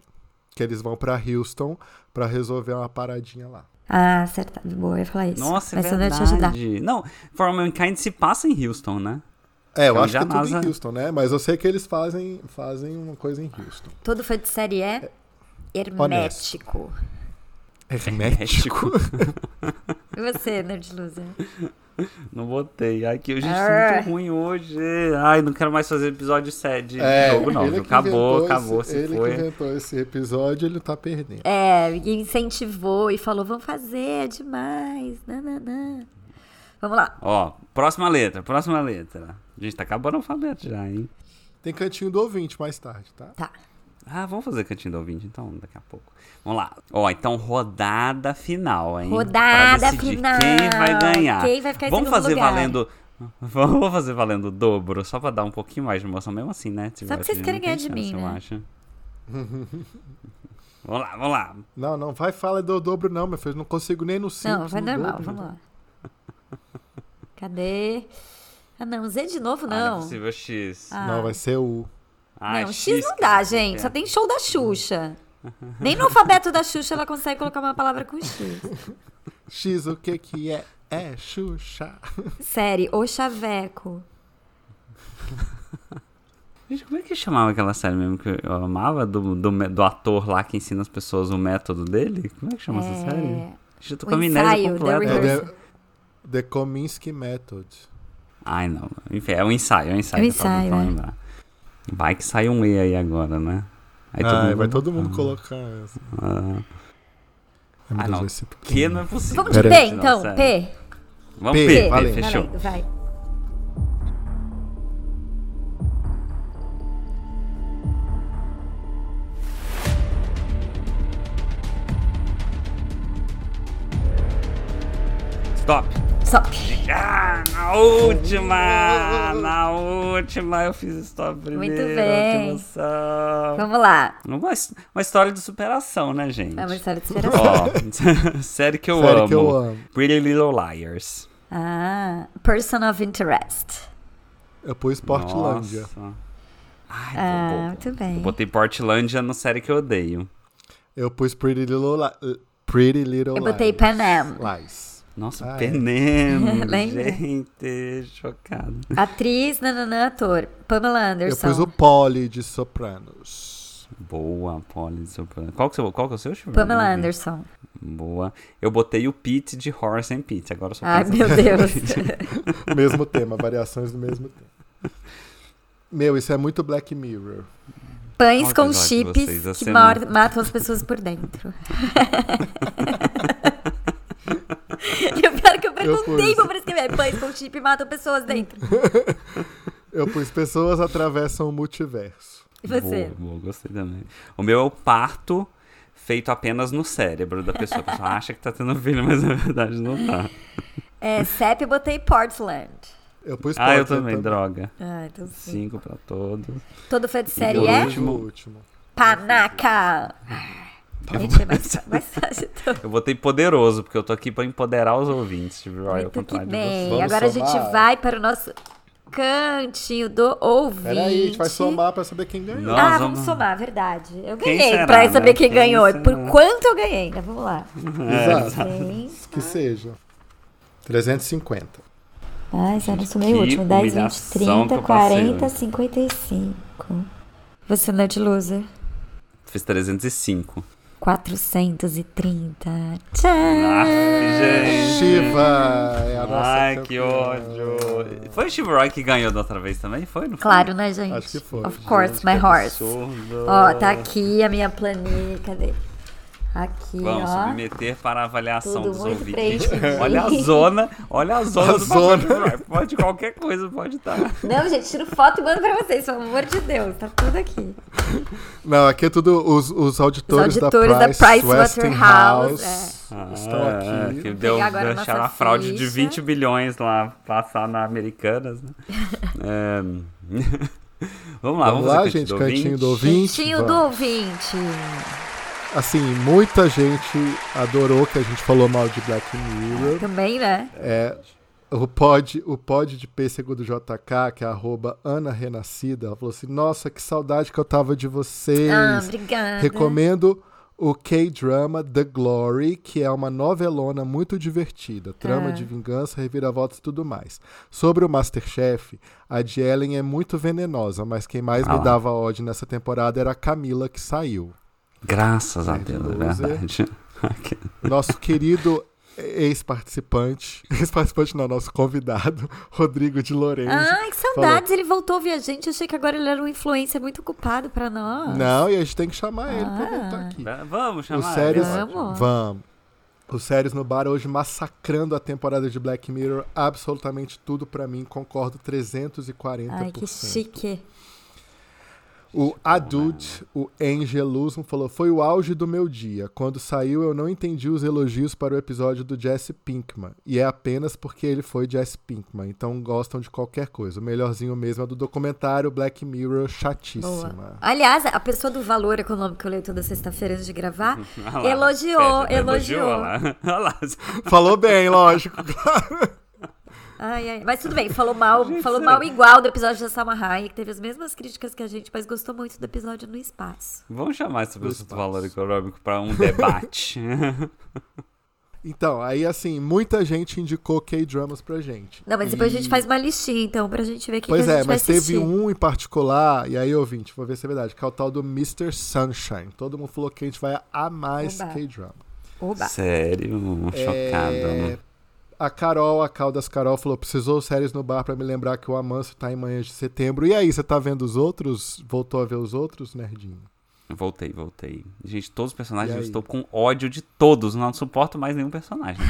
Speaker 1: Que eles vão pra Houston pra resolver uma paradinha lá.
Speaker 2: Ah, acertado. Boa, eu ia falar isso.
Speaker 3: Nossa, é
Speaker 2: Mas eu não ia
Speaker 3: verdade.
Speaker 2: te ajudar.
Speaker 3: Não, For All Mankind se passa em Houston, né?
Speaker 1: É, eu
Speaker 3: Então
Speaker 1: acho que
Speaker 3: já
Speaker 1: é tudo
Speaker 3: NASA-
Speaker 1: em Houston, né? Mas eu sei que eles fazem, fazem uma coisa em Houston.
Speaker 2: Todo fã de série é hermético.
Speaker 3: É,
Speaker 1: Né? Hermético?
Speaker 2: E você, Nerd Loser?
Speaker 3: Não botei. Ai, que eu gente
Speaker 2: Arr.
Speaker 3: tá muito ruim hoje. Ai, não quero mais fazer episódio 7 de jogo, não.
Speaker 1: É, ele
Speaker 3: viu?
Speaker 1: que
Speaker 3: Acabou,
Speaker 1: inventou
Speaker 3: acabou,
Speaker 1: esse-
Speaker 3: se
Speaker 1: Ele
Speaker 3: foi.
Speaker 1: que inventou esse episódio, ele tá perdendo.
Speaker 2: É, e incentivou e falou: vamos fazer, é demais. Nananã. Vamos lá.
Speaker 3: Ó, próxima letra, próxima letra. Gente, tá acabando o alfabeto já, hein?
Speaker 1: Tem cantinho do ouvinte mais tarde, tá?
Speaker 2: Tá.
Speaker 3: Ah, vamos fazer cantinho do ouvinte, então, daqui a pouco. Vamos lá. Ó, então, rodada final, hein?
Speaker 2: Rodada
Speaker 3: Pra decidir
Speaker 2: final.
Speaker 3: Quem vai ganhar?
Speaker 2: Quem vai ficar em
Speaker 3: vamos
Speaker 2: segundo
Speaker 3: fazer
Speaker 2: lugar?
Speaker 3: valendo. Vamos fazer valendo o dobro, só pra dar um pouquinho mais de emoção, mesmo assim, né? Tipo,
Speaker 2: Só que vocês
Speaker 3: não
Speaker 2: querem
Speaker 3: tem
Speaker 2: ganhar de né?
Speaker 3: chance,
Speaker 2: mim,
Speaker 3: eu
Speaker 2: né?
Speaker 3: acho. vamos lá, vamos lá.
Speaker 1: Não, não vai falar do dobro, não, meu filho. Não consigo nem no simples.
Speaker 2: Não, vai
Speaker 1: no
Speaker 2: normal,
Speaker 3: né?
Speaker 1: dobro.
Speaker 2: vamos lá. Cadê? Ah, não, Z de novo,
Speaker 3: Ah, não é
Speaker 2: não.
Speaker 3: possível, X.
Speaker 2: Ah.
Speaker 1: Não, vai ser o.
Speaker 3: Ah,
Speaker 2: não, X não
Speaker 3: que
Speaker 2: dá,
Speaker 3: você
Speaker 2: gente.
Speaker 3: quer.
Speaker 2: Só tem show da Xuxa. Nem no alfabeto da Xuxa ela consegue colocar uma palavra com X.
Speaker 1: X, o que que é? É Xuxa.
Speaker 2: Série, O Chaveco.
Speaker 3: Gente, como é que chamava aquela série mesmo que eu amava? Do, do, me- do ator lá que ensina as pessoas o método dele? Como é que chama essa série?
Speaker 2: É,
Speaker 3: Gente, eu tô
Speaker 2: o
Speaker 3: com amnésia
Speaker 2: ensaio, The
Speaker 3: completa.
Speaker 1: É
Speaker 2: Rehearsal.
Speaker 1: The, The Kominsky Method.
Speaker 3: Ai, não. Enfim, é um ensaio, é um ensaio.
Speaker 2: É um
Speaker 3: pra alguém
Speaker 2: ensaio, é.
Speaker 3: lembrar. Vai que sai um E aí agora, né? Aí
Speaker 1: ah, vai todo mundo colocar essa.
Speaker 3: Ah,
Speaker 1: Ai, meu
Speaker 3: Ah,
Speaker 1: Deus,
Speaker 3: não.
Speaker 1: vai ser
Speaker 3: que
Speaker 1: pequeno.
Speaker 3: não é possível.
Speaker 2: Vamos de
Speaker 1: Pera
Speaker 2: P,
Speaker 1: aí.
Speaker 2: então.
Speaker 3: Não, sério.
Speaker 2: P.
Speaker 3: Vamos
Speaker 1: P,
Speaker 3: P, P,
Speaker 1: valendo.
Speaker 3: fechou.
Speaker 2: Valendo, vai.
Speaker 3: Stop.
Speaker 2: Stop.
Speaker 3: Ah, na última! Na última eu fiz stop primeiro.
Speaker 2: bem.
Speaker 3: Que emoção.
Speaker 2: Vamos lá.
Speaker 3: Uma, his- uma história de superação, né, gente?
Speaker 2: É uma história de superação.
Speaker 3: Ó, série que eu
Speaker 1: Série
Speaker 3: amo.
Speaker 1: que eu amo.
Speaker 3: Pretty Little Liars.
Speaker 2: Ah, Person of Interest.
Speaker 1: Eu pus Portlandia.
Speaker 3: Nossa. Ai,
Speaker 2: Ah,
Speaker 3: bobo.
Speaker 2: muito bem.
Speaker 3: Eu botei Portlandia na série que eu odeio.
Speaker 1: Eu pus Pretty Little, Li- Pretty Little
Speaker 2: Eu botei
Speaker 1: Lies.
Speaker 2: Pan Am.
Speaker 1: Lies.
Speaker 3: Nossa,
Speaker 1: Ah, é.
Speaker 3: Penem.
Speaker 2: Lembra?
Speaker 3: gente, chocado.
Speaker 2: Atriz, nananã, ator. Pamela
Speaker 1: Eu
Speaker 2: Anderson.
Speaker 1: pus o Polly de Sopranos.
Speaker 3: Boa, Polly. Soprano. Qual que, você- qual que é o seu, Chico?
Speaker 2: Pamela
Speaker 1: né?
Speaker 3: Não vi.
Speaker 2: Anderson.
Speaker 3: Boa. Eu botei o Pete de Horace and Pete. Agora eu só
Speaker 2: Ai,
Speaker 3: penso- assim.
Speaker 2: meu Deus.
Speaker 1: mesmo tema, variações do mesmo tema. Meu, isso é muito Black Mirror.
Speaker 2: Pães
Speaker 3: Qual
Speaker 2: com
Speaker 3: episódio de
Speaker 2: chips
Speaker 3: vocês da
Speaker 2: que
Speaker 3: semana?
Speaker 2: mor- matam as pessoas por dentro. Eu,
Speaker 1: Eu
Speaker 2: não
Speaker 1: pus.
Speaker 2: tenho pra escrever. "É Pães com chip matam pessoas dentro.
Speaker 1: Eu pus pessoas atravessam o multiverso.
Speaker 2: E você?
Speaker 3: Boa, boa, gostei também. O meu é o parto feito apenas no cérebro da pessoa. A pessoa acha que tá tendo filho, mas na verdade não tá.
Speaker 2: É, CEP eu botei Portland.
Speaker 1: Eu pus
Speaker 3: Ah, eu
Speaker 1: Portland
Speaker 3: também, droga.
Speaker 2: Ah, então sim.
Speaker 3: Cinco pra todos.
Speaker 2: Todo fã de
Speaker 1: E
Speaker 2: série
Speaker 1: o
Speaker 3: Eu
Speaker 2: é?
Speaker 3: uso-
Speaker 1: último. o último.
Speaker 2: Panaca! Gente, é mais, mais fácil. então.
Speaker 3: Eu botei poderoso, porque eu tô aqui pra empoderar os ouvintes, Steve Roy, ao
Speaker 2: Muito que
Speaker 3: contrário de
Speaker 2: bem.
Speaker 1: Vamos
Speaker 2: Agora a
Speaker 1: somar?
Speaker 2: gente vai para o nosso cantinho do ouvinte.
Speaker 1: Peraí, a gente vai somar pra saber quem ganhou.
Speaker 3: Não.
Speaker 2: Ah,
Speaker 3: Nós
Speaker 2: vamos
Speaker 3: vamos-
Speaker 2: somar, verdade. Eu
Speaker 3: Quem
Speaker 2: ganhei
Speaker 3: será,
Speaker 2: pra
Speaker 3: né?
Speaker 2: saber quem,
Speaker 3: Quem
Speaker 2: ganhou.
Speaker 3: será? É,
Speaker 2: Por quanto eu ganhei, né? Vamos lá.
Speaker 1: Exato.
Speaker 2: Quem?
Speaker 1: Que seja. 350.
Speaker 2: Ai, já não sumei o
Speaker 3: que
Speaker 2: último. 10, 20,
Speaker 3: humilhação que
Speaker 2: 30,
Speaker 3: eu passei,
Speaker 2: 40,
Speaker 3: né?
Speaker 2: 55. Você, Nerd Loser.
Speaker 3: você. Fiz 305.
Speaker 2: 430.
Speaker 3: Ah, gente.
Speaker 1: Shiva é a nossa.
Speaker 3: Ai, que
Speaker 1: campeã.
Speaker 3: ódio. Foi o Steve Roy que ganhou da outra vez também? Foi? Não foi?
Speaker 2: Claro, né, gente?
Speaker 1: Acho que foi.
Speaker 2: Of course, my
Speaker 3: Que
Speaker 2: horse.
Speaker 3: absurdo.
Speaker 2: Ó, tá aqui a minha planilha. Cadê? Aqui,
Speaker 3: Vamos
Speaker 2: ó.
Speaker 3: submeter para a avaliação
Speaker 2: Tudo
Speaker 3: dos
Speaker 2: muito
Speaker 3: ouvintes.
Speaker 2: preenchido.
Speaker 3: Olha a zona, olha a zona
Speaker 1: A
Speaker 3: do papel de
Speaker 1: zona.
Speaker 3: Roy. Pode qualquer coisa, pode tá. estar.
Speaker 2: Não, gente, tiro foto e mando pra vocês, pelo amor de Deus. Tá tudo aqui.
Speaker 1: Não, aqui é tudo os, os auditores,
Speaker 2: Os auditores da
Speaker 1: da Price,
Speaker 2: Price é.
Speaker 1: Westinghouse
Speaker 2: Waterhouse,
Speaker 1: estão
Speaker 3: Ah,
Speaker 1: aqui.
Speaker 3: Que deu,
Speaker 2: agora a nossa
Speaker 3: deixaram a fraude de
Speaker 2: ficha.
Speaker 3: 20 bilhões lá passar na Americanas. Né? É, Vamos
Speaker 1: Vamos
Speaker 3: lá, vamos,
Speaker 1: lá,
Speaker 3: fazer
Speaker 1: gente, cantinho do ouvinte.
Speaker 2: Cantinho do
Speaker 1: Vamos.
Speaker 2: ouvinte.
Speaker 1: Assim, muita gente adorou que a gente falou mal de Black Mirror.
Speaker 2: Também, né?
Speaker 1: É, o, pod, o pod de pêssego do JK, que é arroba Ana Renascida, ela falou assim: Nossa, que saudade que eu tava de vocês.
Speaker 2: Ah, obrigada.
Speaker 1: Recomendo o K-drama The Glory, que é uma novelona muito divertida. Trama
Speaker 2: Ah.
Speaker 1: de vingança, reviravoltas e tudo mais. Sobre o Masterchef, a de Ellen é muito venenosa, mas quem mais
Speaker 3: Ah
Speaker 1: me
Speaker 3: lá.
Speaker 1: dava ódio nessa temporada era a Camila, que saiu.
Speaker 3: Graças a
Speaker 1: Gente,
Speaker 3: Deus, é
Speaker 1: loser.
Speaker 3: verdade.
Speaker 1: Nosso querido ex-participante, ex-participante não, nosso convidado, Rodrigo de Lourenço.
Speaker 2: Ai, que saudades. Ele voltou a ouvir a gente. Achei que agora ele era um influencer muito ocupado pra nós.
Speaker 1: Não, e a gente tem que chamar ele pra
Speaker 2: Ah.
Speaker 1: voltar aqui.
Speaker 3: Vamos
Speaker 1: O
Speaker 3: chamar.
Speaker 1: Sérios.
Speaker 3: ele, ótimo.
Speaker 2: Vamos.
Speaker 1: Vamos. O Sérios no Bar hoje massacrando a temporada de Black Mirror. Absolutamente tudo pra mim. Concordo 340%.
Speaker 2: Ai, que chique.
Speaker 1: O Adult, o Angelusum, falou: Foi o auge do meu dia. Quando saiu, eu não entendi os elogios para o episódio do Jesse Pinkman. E é apenas porque ele foi Jesse Pinkman. Então gostam de qualquer coisa. O melhorzinho mesmo é do documentário Black Mirror, chatíssima.
Speaker 2: Boa. Aliás, a pessoa do valor econômico que eu leio toda sexta-feira antes de gravar
Speaker 3: Olha Ah lá, né?
Speaker 2: elogiou,
Speaker 3: Pedro,
Speaker 2: elogiou.
Speaker 3: Olha lá. Olha lá.
Speaker 1: Falou bem, lógico.
Speaker 2: Ai, ai. Mas tudo bem, falou mal, falou mal igual do episódio da Salma Hayek, que teve as mesmas críticas que a gente, mas gostou muito do episódio no espaço.
Speaker 3: Vamos chamar esse pessoal do
Speaker 1: espaço.
Speaker 3: valor econômico para um debate.
Speaker 1: Então, aí assim, muita gente indicou K-dramas pra gente.
Speaker 2: Não, mas depois a gente faz uma listinha, então, pra gente ver o que,
Speaker 1: Pois
Speaker 2: que a
Speaker 1: é,
Speaker 2: gente vai
Speaker 1: mas teve
Speaker 2: assistir.
Speaker 1: um em particular, e aí, ouvinte, vou ver se é verdade, que é o tal do Mr. Sunshine. Todo mundo falou que a gente vai amar esse
Speaker 2: Oba.
Speaker 1: K-drama. É,
Speaker 2: Oba.
Speaker 3: Sério, chocado.
Speaker 1: A Carol, a Caldas Carol, falou: precisou séries no bar pra me lembrar que o Amancio tá em manhãs de setembro. E aí, você tá vendo os outros? Voltou a ver os outros, nerdinho?
Speaker 3: Voltei, voltei. Gente, todos os personagens,
Speaker 1: E
Speaker 3: eu
Speaker 1: aí?
Speaker 3: estou com ódio de todos. Não suporto mais nenhum personagem.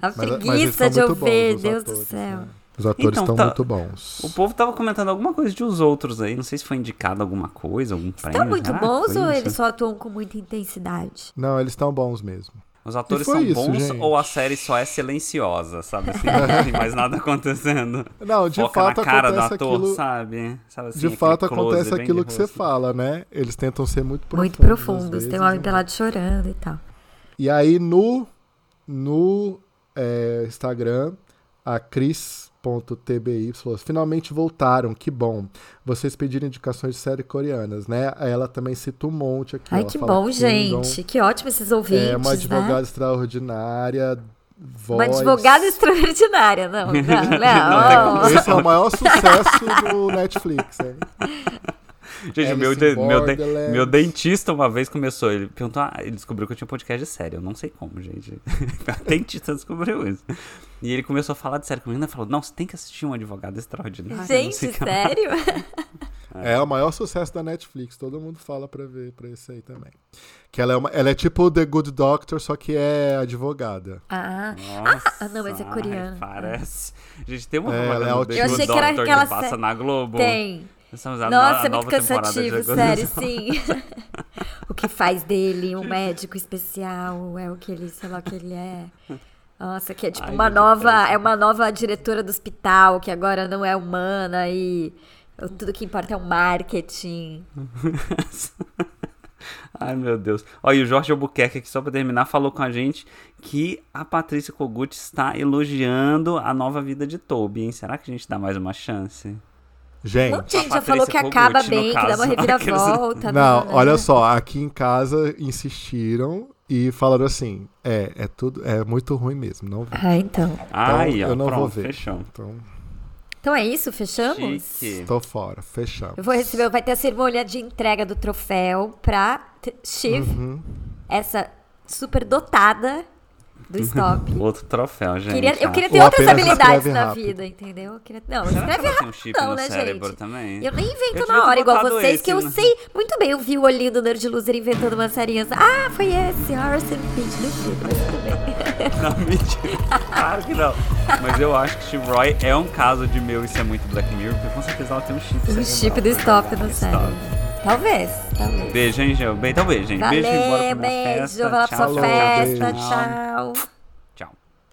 Speaker 2: A
Speaker 1: Mas- mas eles são
Speaker 2: preguiça de
Speaker 1: muito
Speaker 2: ouvir,
Speaker 1: bons, os
Speaker 2: Deus do
Speaker 1: atores,
Speaker 2: céu.
Speaker 1: né? Os atores
Speaker 3: Então,
Speaker 1: estão
Speaker 3: tá-
Speaker 1: muito bons.
Speaker 3: O povo tava comentando alguma coisa de os outros aí. Não sei se foi indicado alguma coisa, algum prêmio.
Speaker 2: Estão tá muito
Speaker 3: será que
Speaker 2: bons
Speaker 3: Ah, foi
Speaker 2: ou
Speaker 3: isso?
Speaker 2: eles só atuam com muita intensidade?
Speaker 1: Não, eles estão bons mesmo.
Speaker 3: Os atores
Speaker 1: E foi
Speaker 3: são
Speaker 1: isso,
Speaker 3: bons
Speaker 1: gente.
Speaker 3: ou a série só é silenciosa, sabe? Assim, não tem mais nada acontecendo.
Speaker 1: Não, de
Speaker 3: Foca
Speaker 1: fato
Speaker 3: na cara do
Speaker 1: acontece
Speaker 3: ator,
Speaker 1: aquilo.
Speaker 3: sabe? Sabe assim,
Speaker 1: De
Speaker 3: aquele
Speaker 1: fato
Speaker 3: close
Speaker 1: acontece
Speaker 3: bem de
Speaker 1: aquilo que você
Speaker 3: rosto.
Speaker 1: fala, né? Eles tentam ser muito profundos.
Speaker 2: Muito
Speaker 1: às
Speaker 2: profundos.
Speaker 1: vezes,
Speaker 2: Tem um homem
Speaker 1: né?
Speaker 2: pelado chorando e tal.
Speaker 1: E aí no, no é, Instagram, a Cris.tby falou assim, finalmente voltaram, que bom. Vocês pediram indicações de séries coreanas, né? Ela também cita um monte aqui.
Speaker 2: Ai,
Speaker 1: ó,
Speaker 2: que
Speaker 1: fala
Speaker 2: bom,
Speaker 1: Kingdom,
Speaker 2: gente. Que ótimo esses ouvintes,
Speaker 1: É uma advogada
Speaker 2: né?
Speaker 1: extraordinária. Voz.
Speaker 2: Uma advogada extraordinária. Não, não, não.
Speaker 3: Não tem
Speaker 1: Esse é o maior sucesso do Netflix, né?
Speaker 3: Gente,
Speaker 1: Alice
Speaker 3: o meu, de-
Speaker 1: in
Speaker 3: meu, de-
Speaker 1: Borderlands.
Speaker 3: meu dentista uma vez começou, ele perguntou, ah, ele descobriu que eu tinha um podcast de série, eu não sei como, gente. o dentista descobriu isso. E ele começou a falar de série comigo, né? Falou, não, você tem que assistir um advogado extraordinário. não
Speaker 2: Gente,
Speaker 3: sei o que lá.
Speaker 2: sério?
Speaker 1: É. o maior sucesso da Netflix, todo mundo fala pra ver pra esse aí também. Que ela é, uma, ela é tipo The Good Doctor, só que é advogada.
Speaker 2: Ah,
Speaker 3: Nossa,
Speaker 2: ah, não, mas é coreana.
Speaker 3: ai, Parece. Gente, tem uma
Speaker 1: É,
Speaker 3: propaganda
Speaker 1: ela é
Speaker 3: do
Speaker 1: ótima.
Speaker 3: Big
Speaker 1: Eu achei
Speaker 2: que era
Speaker 3: Doctor
Speaker 2: aquela
Speaker 3: que passa
Speaker 2: sé-
Speaker 3: na Globo.
Speaker 2: tem.
Speaker 3: Essa- a
Speaker 2: Nossa,
Speaker 3: no-
Speaker 2: é muito
Speaker 3: nova temporada de
Speaker 2: cansativo,
Speaker 3: Jagodão.
Speaker 2: sério, sim. o que faz dele um médico especial, é o que ele, sei lá o que ele é. Nossa, que é tipo
Speaker 3: Ai,
Speaker 2: uma
Speaker 3: gente,
Speaker 2: nova,
Speaker 3: parece-
Speaker 2: é uma nova diretora do hospital que agora não é humana e tudo que importa é o marketing.
Speaker 3: Ai, meu Deus. Olha, e o Jorge Albuquerque, aqui só pra terminar, falou com a gente que a Patrícia Kogut está elogiando a nova vida de Toby, hein? Será que a gente dá mais uma chance?
Speaker 2: Um
Speaker 1: Gente.
Speaker 2: monte de gente já
Speaker 3: Patrícia
Speaker 2: falou que
Speaker 3: Kogut,
Speaker 2: acaba
Speaker 3: no
Speaker 2: bem, que dá uma
Speaker 3: caso.
Speaker 2: reviravolta.
Speaker 1: Não,
Speaker 2: né?
Speaker 1: olha só, aqui em casa insistiram e falaram assim: é, é tudo, é muito ruim mesmo, não vê.
Speaker 2: Ah, então.
Speaker 3: Ai, ó,
Speaker 1: eu não
Speaker 3: pronto,
Speaker 1: vou ver.
Speaker 3: fechou.
Speaker 1: Então,
Speaker 2: Então é isso, fechamos?
Speaker 3: Chique.
Speaker 1: tô fora, fechamos.
Speaker 2: Eu vou receber, vai ter a cerimônia de entrega do troféu pra T- Shiv,
Speaker 1: Uhum.
Speaker 2: essa super dotada do stop.
Speaker 3: Outro troféu, gente.
Speaker 2: Queria- eu
Speaker 3: Ah,
Speaker 2: queria
Speaker 1: Ou
Speaker 2: ter outras
Speaker 1: apenas
Speaker 2: habilidades
Speaker 1: escreve
Speaker 2: na
Speaker 1: rápido.
Speaker 2: vida, entendeu? Eu queria- não,
Speaker 3: Será que
Speaker 2: escreve
Speaker 3: ela tem um chip
Speaker 2: rapidão,
Speaker 3: no
Speaker 2: né,
Speaker 3: cérebro
Speaker 2: gente?
Speaker 3: também?
Speaker 2: Eu nem invento
Speaker 3: Eu devia
Speaker 2: na hora
Speaker 3: ter
Speaker 2: igual
Speaker 3: botado
Speaker 2: vocês,
Speaker 3: esse,
Speaker 2: que eu
Speaker 3: né?
Speaker 2: sei muito bem. Eu vi o olhinho do Nerd Loser inventando umas serinhas. Ah, foi esse, Horace and Pete do filme, mas tudo bem.
Speaker 3: Não, mentira. Claro que não. Mas eu acho que Steve Roy é um caso de meu isso é muito Black Mirror, porque com certeza ela tem um chip.
Speaker 2: O
Speaker 3: cerebral
Speaker 2: chip do
Speaker 3: pra
Speaker 2: stop
Speaker 3: jogar
Speaker 2: no
Speaker 3: stop.
Speaker 2: cérebro. Talvez, talvez.
Speaker 3: Beijo, hein, Gil? Bem, então beijo, gente. Beijo, bora pra
Speaker 2: Valeu,
Speaker 3: minha
Speaker 2: beijo,
Speaker 3: festa.
Speaker 2: vai lá pra sua
Speaker 1: Tchau,
Speaker 2: festa,
Speaker 1: beijo.
Speaker 2: tchau.